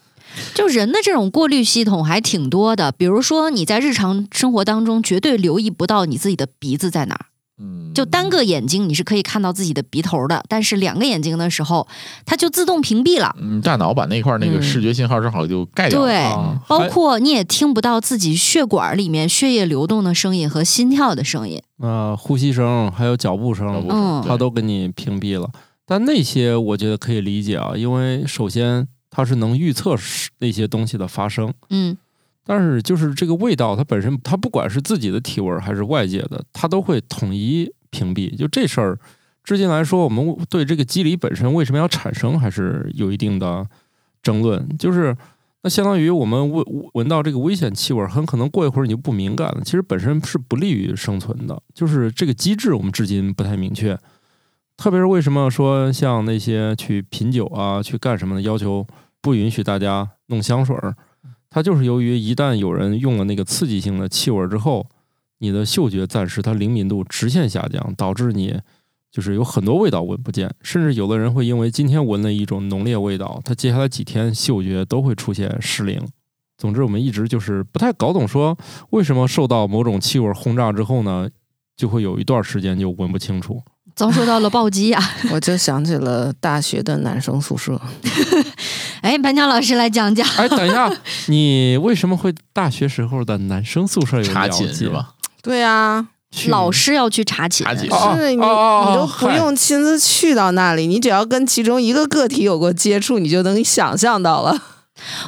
就人的这种过滤系统还挺多的，比如说你在日常生活当中绝对留意不到你自己的鼻子在哪儿，嗯，就单个眼睛你是可以看到自己的鼻头的，但是两个眼睛的时候，它就自动屏蔽了。嗯，大脑把那块儿那个嗯视觉信号正好就盖掉了。对啊，哎包括你也听不到自己血管里面血液流动的声音和心跳的声音。啊、呼吸声还有脚步声，还有脚步声嗯它都给你屏蔽了。但那些我觉得可以理解啊，因为首先它是能预测是那些东西的发生，嗯，但是就是这个味道，它本身它不管是自己的体味儿还是外界的，它都会统一屏蔽。就这事儿，至今来说，我们对这个机理本身为什么要产生，还是有一定的争论。就是那相当于我们闻闻到这个危险气味儿，很可能过一会儿你就不敏感了。其实本身是不利于生存的，就是这个机制我们至今不太明确。特别是为什么说像那些去品酒啊、去干什么的，要求不允许大家弄香水儿，它就是由于一旦有人用了那个刺激性的气味儿之后，你的嗅觉暂时它灵敏度直线下降，导致你就是有很多味道闻不见，甚至有的人会因为今天闻了一种浓烈味道，他接下来几天嗅觉都会出现失灵。总之，我们一直就是不太搞懂，说为什么受到某种气味轰炸之后呢，就会有一段时间就闻不清楚。遭受到了暴击啊！我就想起了大学的男生宿舍，哎，潘强老师来讲讲。哎，等一下， 你为什么会大学时候的男生宿舍有查了解寝是？吧？对呀、去老师要去查寝，查寝哦啊是你，哦哦哦你都不嗨用亲自去到那里，你只要跟其中一个个体有过接触，你就能想象到了。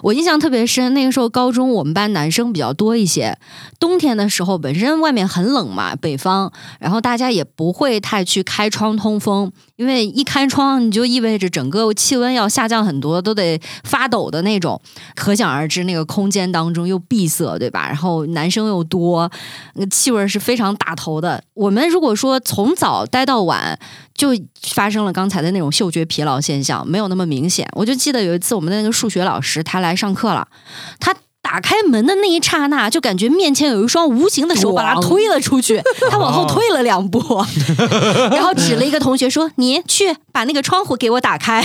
我印象特别深。那个时候高中我们班男生比较多一些，冬天的时候本身外面很冷嘛，北方，然后大家也不会太去开窗通风，因为一开窗你就意味着整个气温要下降很多，都得发抖的那种。可想而知，那个空间当中又闭塞，对吧？然后男生又多，那个气味是非常打头的。我们如果说从早待到晚，就发生了刚才的那种嗅觉疲劳现象，没有那么明显。我就记得有一次我们的那个数学老师他来上课了，他。打开门的那一刹那，就感觉面前有一双无形的手把他推了出 去，他往后退了两步， 然后指了一个同学说：“ 你去把那个窗户给我打开。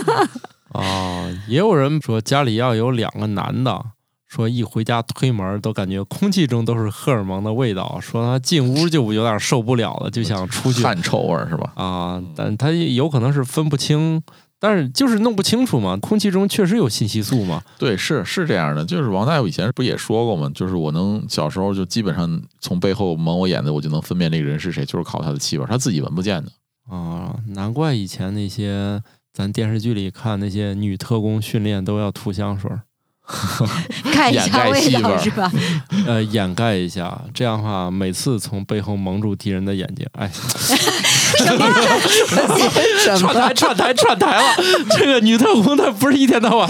哦，也有人说家里要有两个男的，说一回家推门都感觉空气中都是荷尔蒙的味道，说他进屋就有点受不了了，就想出去汗臭味儿是吧？啊。但他也有可能是分不清，但是就是弄不清楚嘛。空气中确实有信息素嘛。对，是是这样的，就是王大夫以前不也说过吗？就是我能小时候就基本上从背后蒙我眼的，我就能分辨这个人是谁，就是靠他的气味儿，他自己闻不见的。啊，难怪以前那些咱电视剧里看那些女特工训练都要涂香水儿，”看一掩盖下味气味道儿是吧？呃，掩盖一下，这样的话每次从背后蒙住敌人的眼睛。哎，什么？ 什串台串台串台了！这个女特工她不是一天到晚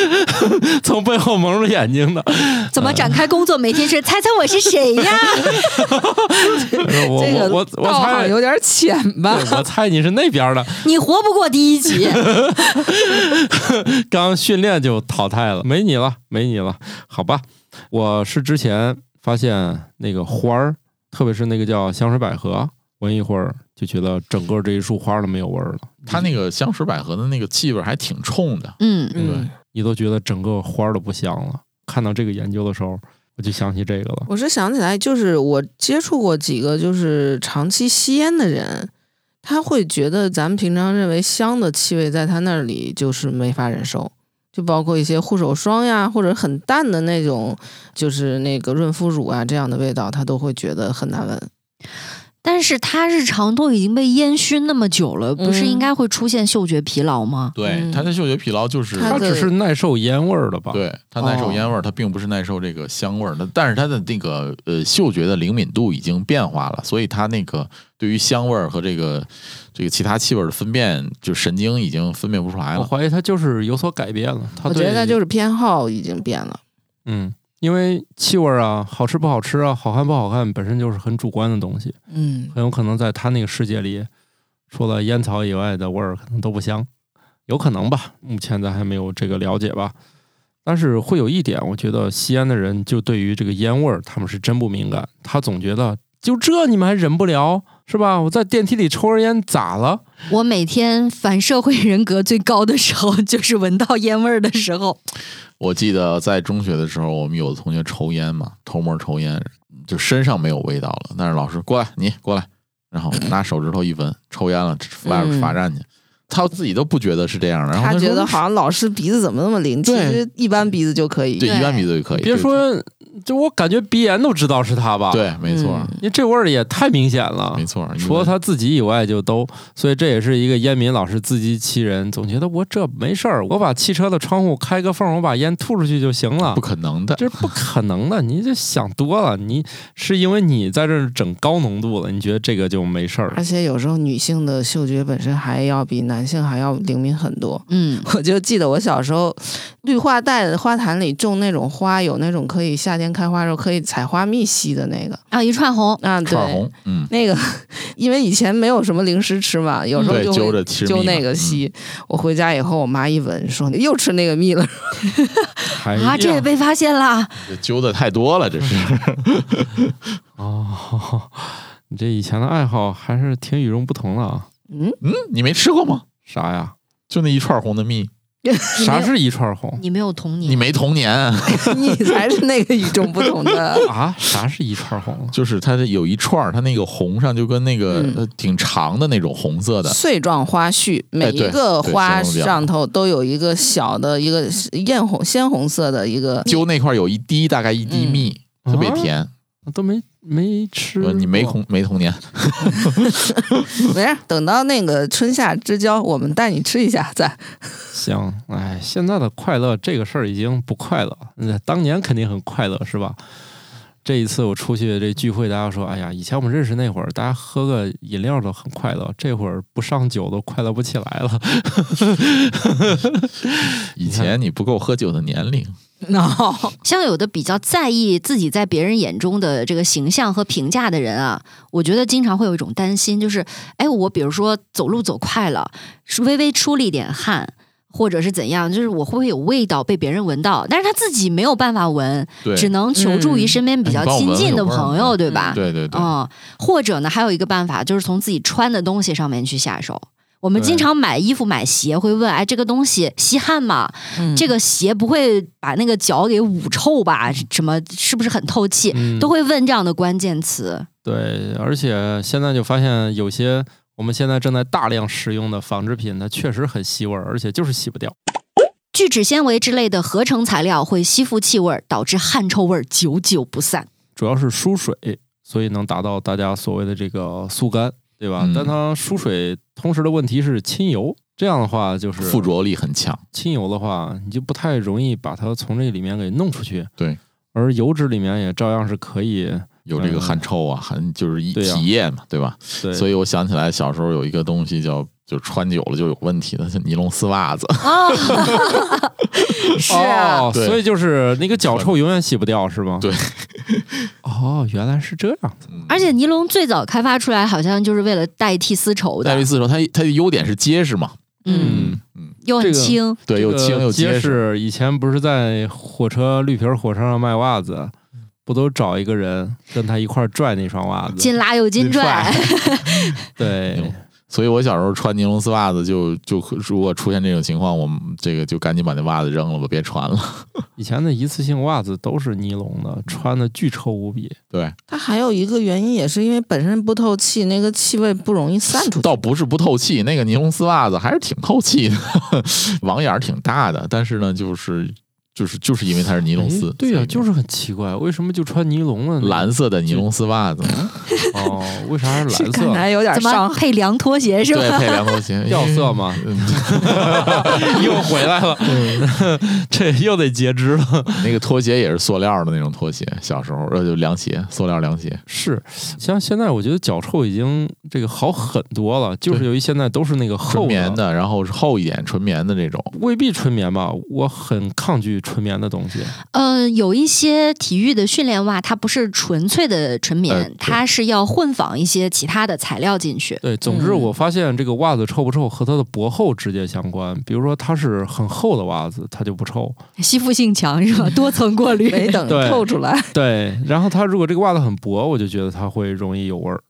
从背后蒙着眼睛的，怎么展开工作？每天是猜猜我是谁呀？ 我这我个我我道猜行有点浅吧？对我猜你是那边的，你活不过第一集。刚训练就淘汰了，没你了，没你了，好吧。我是之前发现那个花儿，特别是那个叫香水百合，闻一会儿就觉得整个这一束花都没有味儿了，他那个香水百合的那个气味儿还挺冲的，嗯，嗯，你都觉得整个花儿都不香了。看到这个研究的时候，我就想起这个了。我是想起来，就是我接触过几个就是长期吸烟的人，他会觉得咱们平常认为香的气味，在他那里就是没法忍受。就包括一些护手霜呀，或者很淡的那种，就是那个润肤乳啊这样的味道，他都会觉得很难闻。但是他日常都已经被烟熏那么久了，不是嗯应该会出现嗅觉疲劳吗？对嗯，他的嗅觉疲劳就是它它的只是耐受烟味儿的吧？对它耐受哦烟味儿，它并不是耐受这个香味儿的，但是它的那个呃嗅觉的灵敏度已经变化了，所以它那个对于香味儿和这个这个其他气味儿的分辨，就神经已经分辨不出来我哦了。怀疑他就是有所改变了。他我觉对得他就是偏好已经变了。嗯，因为气味儿啊，好吃不好吃啊，好看不好看，本身就是很主观的东西，嗯，很有可能在他那个世界里，除了烟草以外的味儿可能都不香，有可能吧。目前咱还没有这个了解吧。但是会有一点，我觉得吸烟的人就对于这个烟味儿，他们是真不敏感。他总觉得就这你们还忍不了是吧？我在电梯里抽根烟咋了？我每天反社会人格最高的时候，就是闻到烟味儿的时候。我记得在中学的时候，我们有的同学抽烟嘛，偷摸抽烟，就身上没有味道了，但是老师过来，你过来，然后拿手指头一闻，抽烟了，外边嗯罚站去。他自己都不觉得是这样，然后他说觉得好像老师鼻子怎么那么灵，其对实一般鼻子就可以。对对一般鼻子就可以。别哎对说，就我感觉鼻炎都知道是他吧？，对，没错，嗯你这味儿也太明显了。没错，因为除了他自己以外，就都，所以这也是一个烟民老是自欺欺人，总觉得我这没事儿，我把汽车的窗户开个缝，我把烟吐出去就行了不。可能的。这是不可能的，你这想多了。你是因为你在这儿整高浓度了，你觉得这个就没事儿而且有时候女性的嗅觉本身还要比男性还要灵敏很多。嗯，我就记得我小时候，绿化带的花坛里种那种花，有那种可以夏天开花的时候可以采花蜜吸的那个啊，一串红，啊，串对，红，嗯，那个因为以前没有什么零食吃嘛，有时候对，就揪会着吃就蜜那嘛嗯个吸。我回家以后，我妈一闻说你又吃那个蜜了， 还啊，这也被发现啦！嗯这揪的太多了，这 是哦， 你这以前的爱好还是挺与众不同的啊。嗯，嗯，你没吃过吗？啥呀？就那一串红的蜜，啥是一串红你没有童你年，没童年，啊你才是那个与众不同的。啊？啥是一串红？ 就是它是有一串儿，它那个红上就跟那个嗯呃挺长的那种红色的，哎穗状花序，每一对个对花形容得比较上头都有一个小的一个艳红鲜红色的一个，揪那块儿有一滴，大概一滴蜜，嗯特别甜。都没没吃过呃，你没童没童年，没事，等到那个春夏之交，我们带你吃一下再。行，哎，现在的快乐这个事儿已经不快乐了。那当年肯定很快乐，是吧？这一次我出去这聚会，大家说：“哎呀，以前我们认识那会儿，大家喝个饮料都很快乐，这会儿不上酒都快乐不起来了。以前你不够喝酒的年龄， no，像有的比较在意自己在别人眼中的这个形象和评价的人啊，我觉得经常会有一种担心，就是，哎，我比如说走路走快了，是微微出了一点汗，或者是怎样，就是我会不会有味道被别人闻到，但是他自己没有办法闻，对只能求助于嗯身边比较你帮我亲闻近闻的有味儿朋友，对吧？对对对，嗯，或者呢，还有一个办法就是从自己穿的东西上面去下手。我们对经常买衣服、买鞋，会问：哎，这个东西吸汗吗？这个鞋不会把那个脚给捂臭吧？什么是不是很透气？嗯都会问这样的关键词。对，而且现在就发现有些我们现在正在大量使用的纺织品，它确实很吸味儿，而且就是洗不掉。聚酯纤维之类的合成材料会吸附气味儿，导致汗臭味儿久久不散。主要是疏水，所以能达到大家所谓的这个速干，对吧？嗯但它疏水同时的问题是亲油，这样的话就是附着力很强。亲油的话，你就不太容易把它从这里面给弄出去。对，而油脂里面也照样是可以，有这个汗臭啊，汗就是一对呀体液嘛，对吧？对，所以我想起来小时候有一个东西叫，就穿久了就有问题的，是尼龙丝袜子。啊， 是啊，哦，对所以就是那个脚臭永远洗不掉，是吗？对， 哦，原来是这样子。而且尼龙最早开发出来好像就是为了代替丝绸戴维的，丝绸它它的优点是结实嘛，嗯，嗯，又很这个轻。对，又轻又结结实。实。以前不是在火车绿皮儿火车上卖袜子，嗯不都找一个人跟他一块儿拽那双袜子？紧拉又紧拽， 对牛，所以我小时候穿尼龙丝袜子就就如果出现这种情况，我们这个就赶紧把那袜子扔了吧，别穿 了。以前的一次性袜子都是尼龙的，穿的巨臭无比。对，它还有一个原因，也是因为本身不透气，那个气味不容易散出去。倒不是不透气，那个尼龙丝袜子还是挺透气的， 网眼儿挺大的，但是呢，就是就是就是因为它是尼龙丝哎，对呀、就是是很奇怪，为什么就穿尼龙了呢？蓝色的尼龙丝袜子， 哦，为啥是蓝 看色？来有点怎么伤。配凉拖鞋是对，吧？配凉拖鞋，掉色吗？ 嗯又回来 了， 这又得截肢了。那个拖鞋也是塑料的那种拖鞋，小时候呃就凉鞋，塑料凉鞋。是，像现在我觉得脚臭已经这个好很多了，就是由于现在都是那个纯厚棉的，然后是厚一点纯棉的这种，未必纯棉吧，我很抗拒纯棉的 东西。呃，有一些体育的训练袜，它不是纯粹的纯棉，呃对它是要混纺一些其他的材料进去。对，总之我发现这个袜子臭不臭和它的薄厚直接相关。比如说它是很厚的袜子，它就不 臭。吸附性强是吧？多层过滤。没 等对透出来，对，然后它如果这个袜子很薄，我就觉得它会容易有味儿。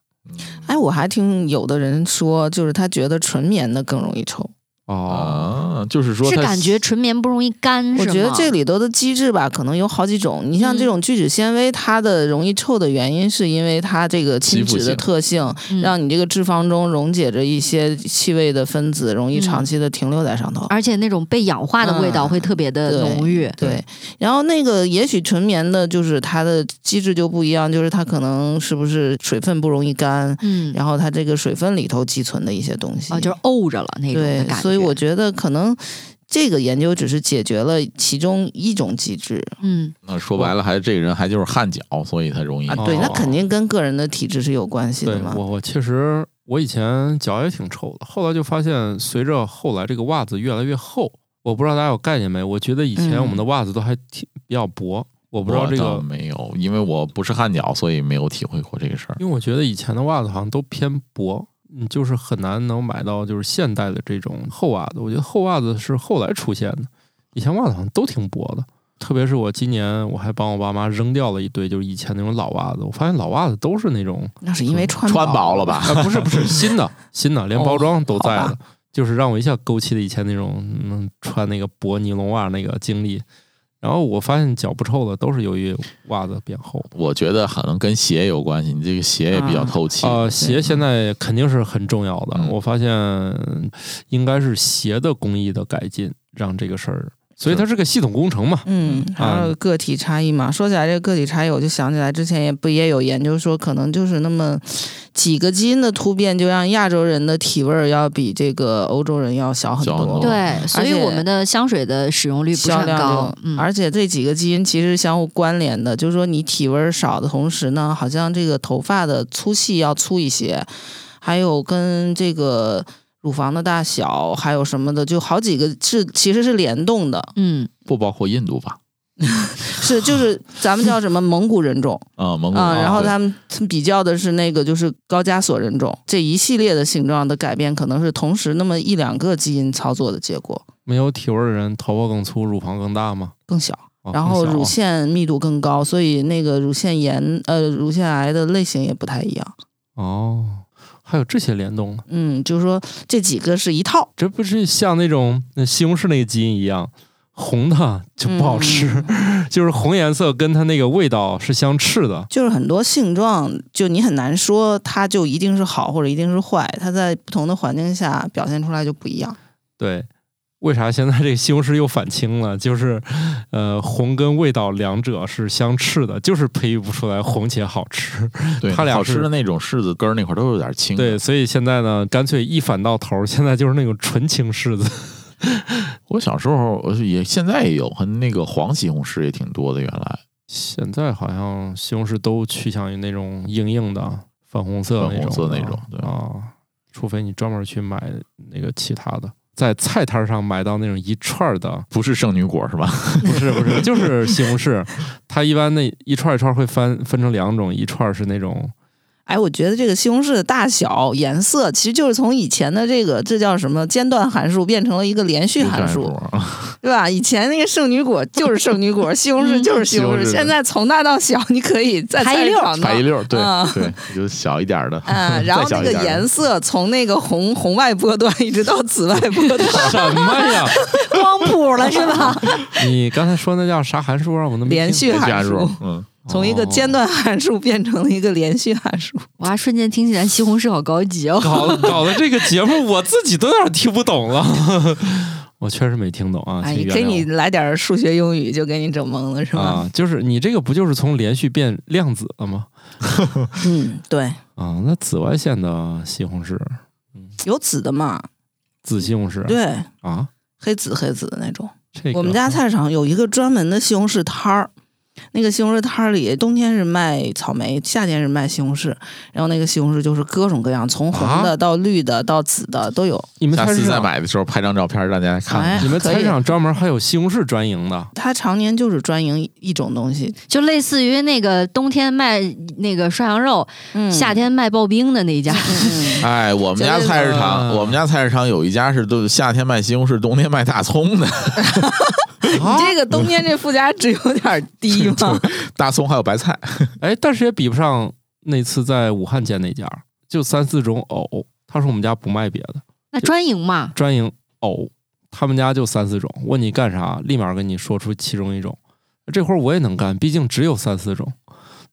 哎，我还听有的人说，就是他觉得纯棉的更容易臭。哦，啊，就是说是它感觉纯棉不容易干，我是觉得吗这里头的机制吧，可能有好几种。嗯你像这种聚酯纤维，它的容易臭的原因是因为它这个吸亲附脂的性特性，嗯让你这个脂肪中溶解着一些气味的分子，容嗯易长期的停留在上头。而且那种被氧化的味道嗯会特别的对浓郁。对，然后那个也许纯棉的，就是它的机制就不一样，就是它可能是不是水分不容易干，嗯，然后它这个水分里头积存的一些东西。哦，就是沤着了那种的对感觉。，所以我觉得可能这个研究只是解决了其中一种机制。嗯，那呃说白了还这个人还就是汗脚，所以他容易啊，对，那哦肯定跟个人的体质是有关系对的嘛。我我确实我以前脚也挺臭的，后来就发现随着后来这个袜子越来越厚，我不知道大家有概念没？我觉得以前嗯我们的袜子都还挺比较薄，我不知道这我倒个。没有，因为我不是汗脚，所以没有体会过这个事儿。因为我觉得以前的袜子好像都偏薄，嗯，就是很难能买到就是现代的这种厚袜子。我觉得厚袜子是后来出现的，以前袜子好像都挺薄的。特别是我今年我还帮我爸妈扔掉了一堆，就是以前那种老袜子。我发现老袜子都是那种，那是因为穿穿薄薄 了吧？啊、不是不是新的新的，连包装都在的，哦好就是让我一下勾起了以前那种嗯穿那个薄尼龙袜那个经历。然后我发现脚不臭了，都是由于袜子变厚。我觉得可能跟鞋有关系，你这个鞋也比较透气。啊、嗯鞋现在肯定是很重要的。嗯我发现应该是鞋的工艺的改进，让这个事儿，所以它是个系统工程嘛。嗯，还啊有个体差异嘛。说起来这个个体差异，我就想起来之前也不也有研究说，可能就是那么几个基因的突变，就让亚洲人的体味儿要比这个欧洲人要小很小很多。多对，所以而且我们的香水的使用率不是销很量高就，嗯，而且这几个基因其实相互关联的，就是说你体味儿少的同时呢，好像这个头发的粗细要粗一些，还有跟这个乳房的大小，还有什么的，就好几个是其实是联动的，嗯，不包括印度吧？是就是咱们叫什么蒙古人种啊，嗯蒙古。哦啊、然后对他们他们比较的是那个就是高加索人种这一系列的形状的改变，可能是同时那么一两个基因操作的结果。没有体味儿的人，头发更粗，乳房更大吗？更小。哦然后更小乳腺密度更高，所以那个乳腺炎呃乳腺癌的类型也不太一样。哦，还有这些联动呢，嗯，就是说这几个是一套，这不是像那种那西红柿那个基因一样，红的就不好吃， 就是红颜色跟它那个味道是相斥的。就是很多性状，就你很难说它就一定是好或者一定是坏，它在不同的环境下表现出来就不一样。对，为啥现在这个西红柿又反青了？就是，呃，红跟味道两者是相斥的，就是培育不出来红且好吃。对，它俩好吃是的那种柿子根儿那块儿都有点青。对，，所以现在呢，干脆一反到头儿，现在就是那种纯青柿子。我小时候我也现在也有，和那个黄西红柿也挺多的。原来现在好像西红柿都趋向于那种硬硬的粉红色粉那红种色的那种对啊，除非你专门去买那个其他的。在菜摊上买到那种一串儿 的，不是圣女果是吧？不是不是，就是西红柿， 它一般那一串儿一串儿会分分成两种，一串儿是那 种哎，我觉得这个西红柿的大小、颜色，其实就是从以前的这个这叫什么间断函数变成了一个连 续函有数，点果对吧？以前那个圣女果就是圣女果，西红柿就是西红西红柿，柿现在从大到小，你可以在排一菜市溜儿场排一弄溜儿，对嗯对，就小一点儿的，嗯，然后再那小个一点儿的颜色从那个红红外波段一直到紫外波段，什么呀？ 光谱了是吧？你刚才说那叫啥函数啊？我都没 连续听连续函数数，嗯，从一个间断函数变成了一个连续函数。哇，瞬间听起来西红柿好高级哦。 搞搞的这个节目，我自己都有点听不懂了。 我确实没听懂啊，哎请，原给谅你我来点儿数学英语就给你整懵了是吧？啊，就是你这个不就是从连续变量子了吗？嗯，对，啊，那紫外线的西红柿，有紫的嘛，紫西红柿，对，啊，黑紫黑紫的那种。这个我们家菜市场有一个专门的西红柿摊儿，那个西红柿摊儿里，冬天是卖草莓，夏天是卖西红柿，然后那个西红柿就是各种各样，从红的到绿的到紫的都有。你们下菜次市再场，买的时候拍张照片儿让大家看。哎，你们菜可市以。场专门还有西红柿专营的，它常年就是专营一种东西，就类似于那个冬天卖那个涮羊肉，嗯夏天卖刨冰的那一家，嗯哎，我们家觉得菜市场，呢我们家菜市场有一家是都夏天卖西红柿，冬天卖大葱的， 你这个冬天这附加值有点低嘛？大葱还有白菜。哎，但是也比不上那次在武汉见那家，就三四种藕，他说我们家不卖别的。那专营嘛。专营藕，他们家就三四种，问你干啥，立马跟你说出其中一种。这活儿我也能干，毕竟只有三四种。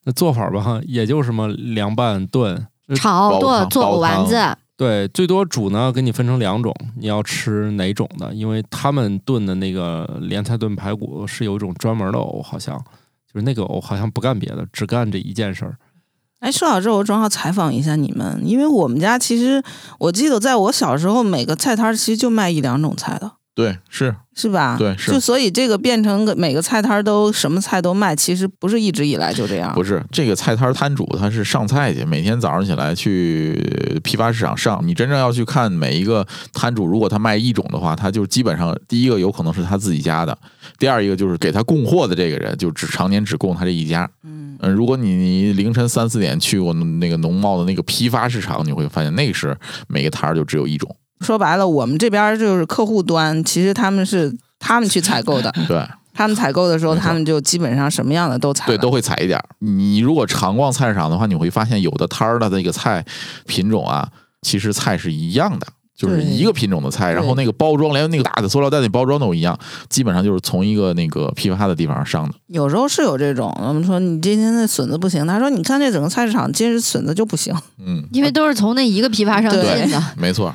那做法吧，也就什么凉拌、炖，呃炒煲剁汤做煲藕丸汤子，对，最多煮呢给你分成两种，你要吃哪种的？因为他们炖的那个莲菜炖排骨是有一种专门的藕，好像就是那个藕好像不干别的，只干这一件事儿。 哎，说到这，我正好采访一下你们，因为我们家其实我记得，在我小时候，每个菜摊儿其实就卖一两种菜的。对，是是吧？对是就所以这个变成个每个菜摊儿都什么菜都卖，其实不是一直以来就这样。不是这个菜摊摊主他是上菜去，每天早上起来去批发市场上。你真正要去看每一个摊主，如果他卖一种的话，他就基本上第一个有可能是他自己家的，第二一个就是给他供货的这个人，就只常年只供他这一家。嗯，嗯，如果你你凌晨三四点去过那个农贸的那个批发市场，你会发现那个是每个摊儿就只有一种。说白了，我们这边儿就是客户端，其实他们是他们去采购 的，对他们采购的时候，没错他们就基本上什么样的都采对，了都会采一点儿。你如果常逛菜市场的话，你会发现有的摊儿的那个菜品种啊，其实菜是一样的。就是对一个品种的菜，然后那个包装，连那个大的塑料袋那包装都一样，基本上就是从一个那个批发的地方上的。有时候是有这种，我们说你今天的笋子不行，他说你看这整个菜市场今日笋子就不行。嗯，因为都是从那一个批发商进对的，没错，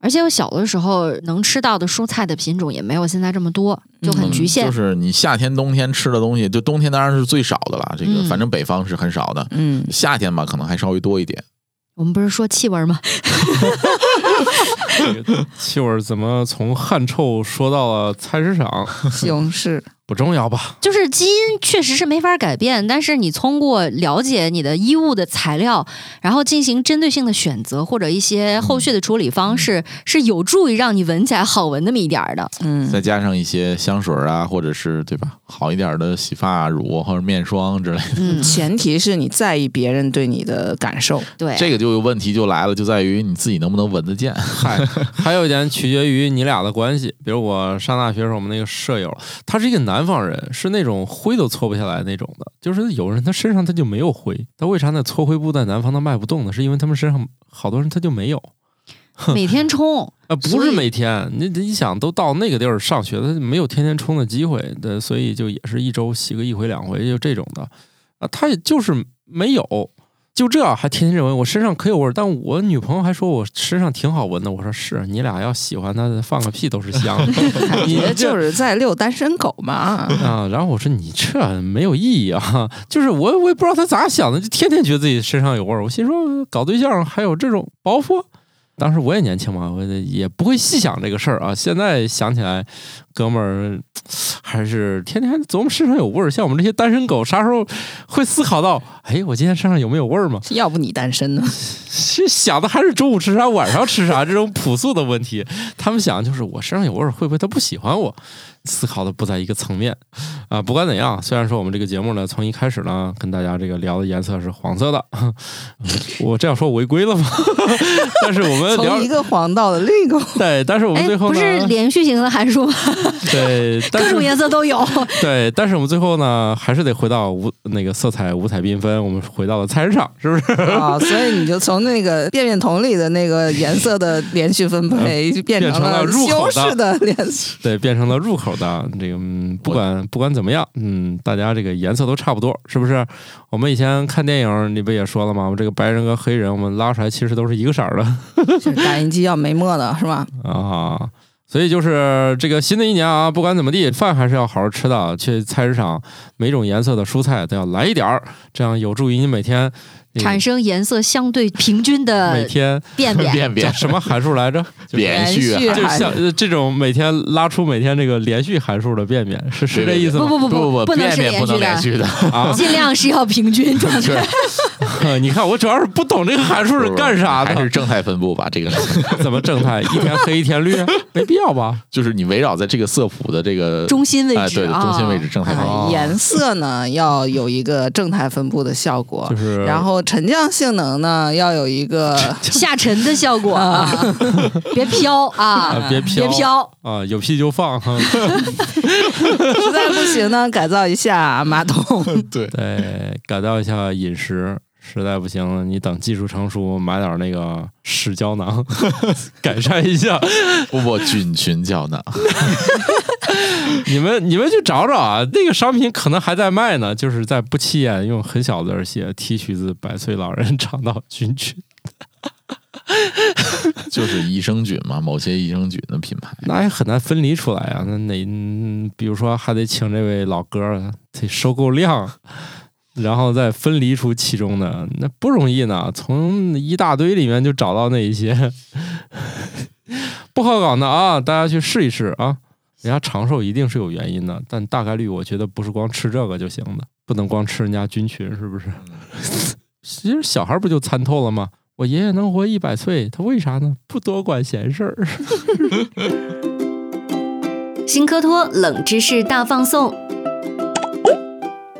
而且我小的时候能吃到的蔬菜的品种也没有现在这么多，就很嗯局限。就是你夏天、冬天吃的东西，就冬天当然是最少的了，这个嗯反正北方是很少的， 嗯，夏天吧可能还稍微多一点。我们不是说气味儿吗？这个气味儿怎么从汗臭说到了菜市场？西红柿不重要吧？ 就是基因确实是没法改变，但是你通过了解你的衣物的材料，然后进行针对性的选择或者一些后续的处理方式，是有助于让你闻起来好闻那么一点儿的。嗯，再加上一些香水啊，或者是对吧，好一点的洗发乳或者面霜之类的。嗯，前提是你在意别人对你的感 受。对，这个就有问题就来了，就在于你自己能不能闻得见。 嗨，还有一点取决于你俩的关系。比如我上大学的时候，我们那个舍友，他是一个南方人，是那种灰都搓不下来那种的。就是有人他身上他就没有灰，他为啥那搓灰布在南方他卖不动呢？是因为他们身上好多人他就没有。每天冲，啊，不所是以每天，你你想都到那个地儿上学，他没有天天冲的机会，对，所以就也是一周洗个一回两回，就这种的，啊，他也就是没有，就这还天天认为我身上可有味儿，但我女朋友还说我身上挺好闻的，我说是你俩要喜欢他，放个屁都是 香的感你觉这就是在遛单身狗 嘛。 啊。然后我说你这没有意义啊，就是我我也不知道他咋想的，就天天觉得自己身上有味儿，我心说搞对象还有这种包袱。当时我也年轻嘛，我也不会细想这个事儿啊。现在想起来，哥们儿还是天天琢磨身上有味儿。像我们这些单身狗，啥时候会思考到，哎，我今天身上有没有味儿吗？要不你单身呢？是想的还是中午吃啥，晚上吃啥这种朴素的问题。他们想就是我身上有味儿，会不会他不喜欢我？思考的不在一个层面啊。不管怎样，虽然说我们这个节目呢，从一开始呢跟大家这个聊的颜色是黄色的，我这样说违规了吗？ 但是我们聊从一个黄道的另一个，对，但是我们哎，最后不呢， 是连续型的函数吗？对，但各是种颜色都有。对，但是我们最后呢，还是得回到五那个色彩五彩缤纷，我们回到了菜市场，是不是？ 啊，所以你就从那个便便桶里的那个颜色的连续分配，就嗯变成了西欧式的连续。对，变成了入口的这个，嗯，不管不管怎么样，嗯，大家这个颜色都差不多，是不是？我们以前看电影，你不也说了吗？我们这个白人和黑人，我们拉出来其实都是一个色儿的 就是打印机要没墨的是吧？啊。所以就是这个新的一年啊，不管怎么地，饭还是要好好吃的。去菜市场，每种颜色的蔬菜都要来一点儿，这样有助于你每天那个产生颜色相对平均每的 天便便。变叫变什么函数 来着？就是连续连就续是还像呃这种每天拉出每天这个连续函数的便便，是是对这对意思不吗？不不 不不不，能变是变不能连连续续 的，的，啊，尽量是要平 均状态。确 你看我主要是不懂这个函数是干啥还是的，正态分布吧？这个 怎么正态一天黑一天绿， 没必要吧？就是你围绕在这个色谱的这 个中心位置、哎对的中心位置啊正态分布。哦颜色呢要有一个正态分布的效果 就，是然后沉降性能呢要有一个下沉的效果 啊，别飘啊，啊别别飘飘。啊，有屁就放， 哈实在不行呢改造一下马桶。哎对，对，改造一下饮食。实在不行，你等技术成熟，买点那个屎胶囊， 改善一下。 不不，菌群胶囊，你们你们去找找啊，那个商品可能还在卖呢，就是在不起眼用很小的字儿写“提取自百岁老人肠道菌群就是益生菌嘛，某些益生菌的品牌”，。那也很难分离出来啊。那哪，嗯比如说还得请这位老哥儿得收购量，然后再分离出其中的，那不容易呢。从一大堆里面就找到那一些 不好搞的啊，大家去试一试啊。人家长寿一定是有原因的，但大概率我觉得不是光吃这个就行的，不能光吃人家菌群，是不是？ 其实小孩儿不就参透了吗？我爷爷能活一百岁，他为啥呢？不多管闲事儿。新科托冷知识大放送。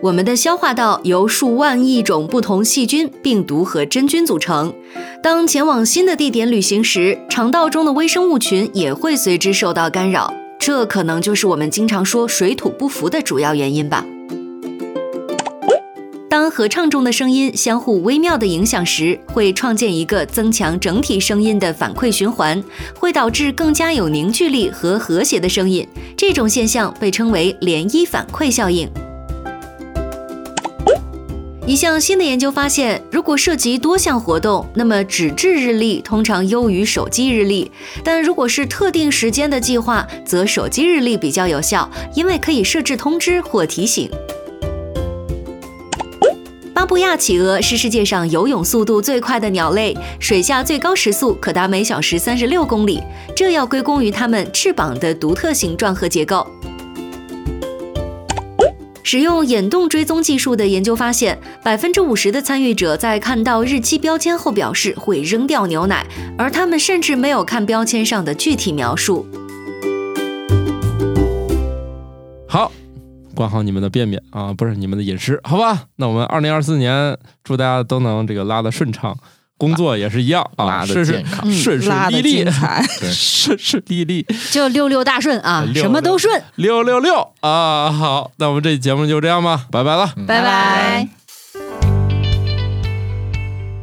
我们的消化道由数万亿种不同细菌、病毒和真菌组成。当前往新的地点旅行时，肠道中的微生物群也会随之受到干扰，这可能就是我们经常说水土不服的主要原因吧。当合唱中的声音相互微妙的影响时，会创建一个增强整体声音的反馈循环，会导致更加有凝聚力和和谐的声音。这种现象被称为涟漪反馈效应。一项新的研究发现，如果涉及多项活动，那么纸质日历通常优于手机日历；但如果是特定时间的计划，则手机日历比较有效，因为可以设置通知或提醒。巴布亚企鹅是世界上游泳速度最快的鸟类，水下最高时速可达每小时三十六公里，这要归功于它们翅膀的独特形状和结构。使用眼动追踪技术的研究发现，百分之五十的参与者在看到日期标签后表示会扔掉牛奶，而他们甚至没有看标签上的具体描述。好，管好你们的便便啊，不是你们的饮食，好吧？那我们二零二四年祝大家都能这个拉的顺畅，工作也是一样啊，拉顺的顺健康。嗯顺顺拉的利精利，彩，对 顺顺利利，就六六大顺啊，哎六什么都顺，六六六啊！好，那我们这期节目就这样吧，拜拜了。拜拜。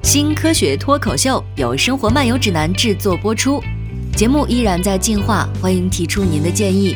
新科学脱口秀由《生活漫游指南》制作播出，节目依然在进化，欢迎提出您的建议，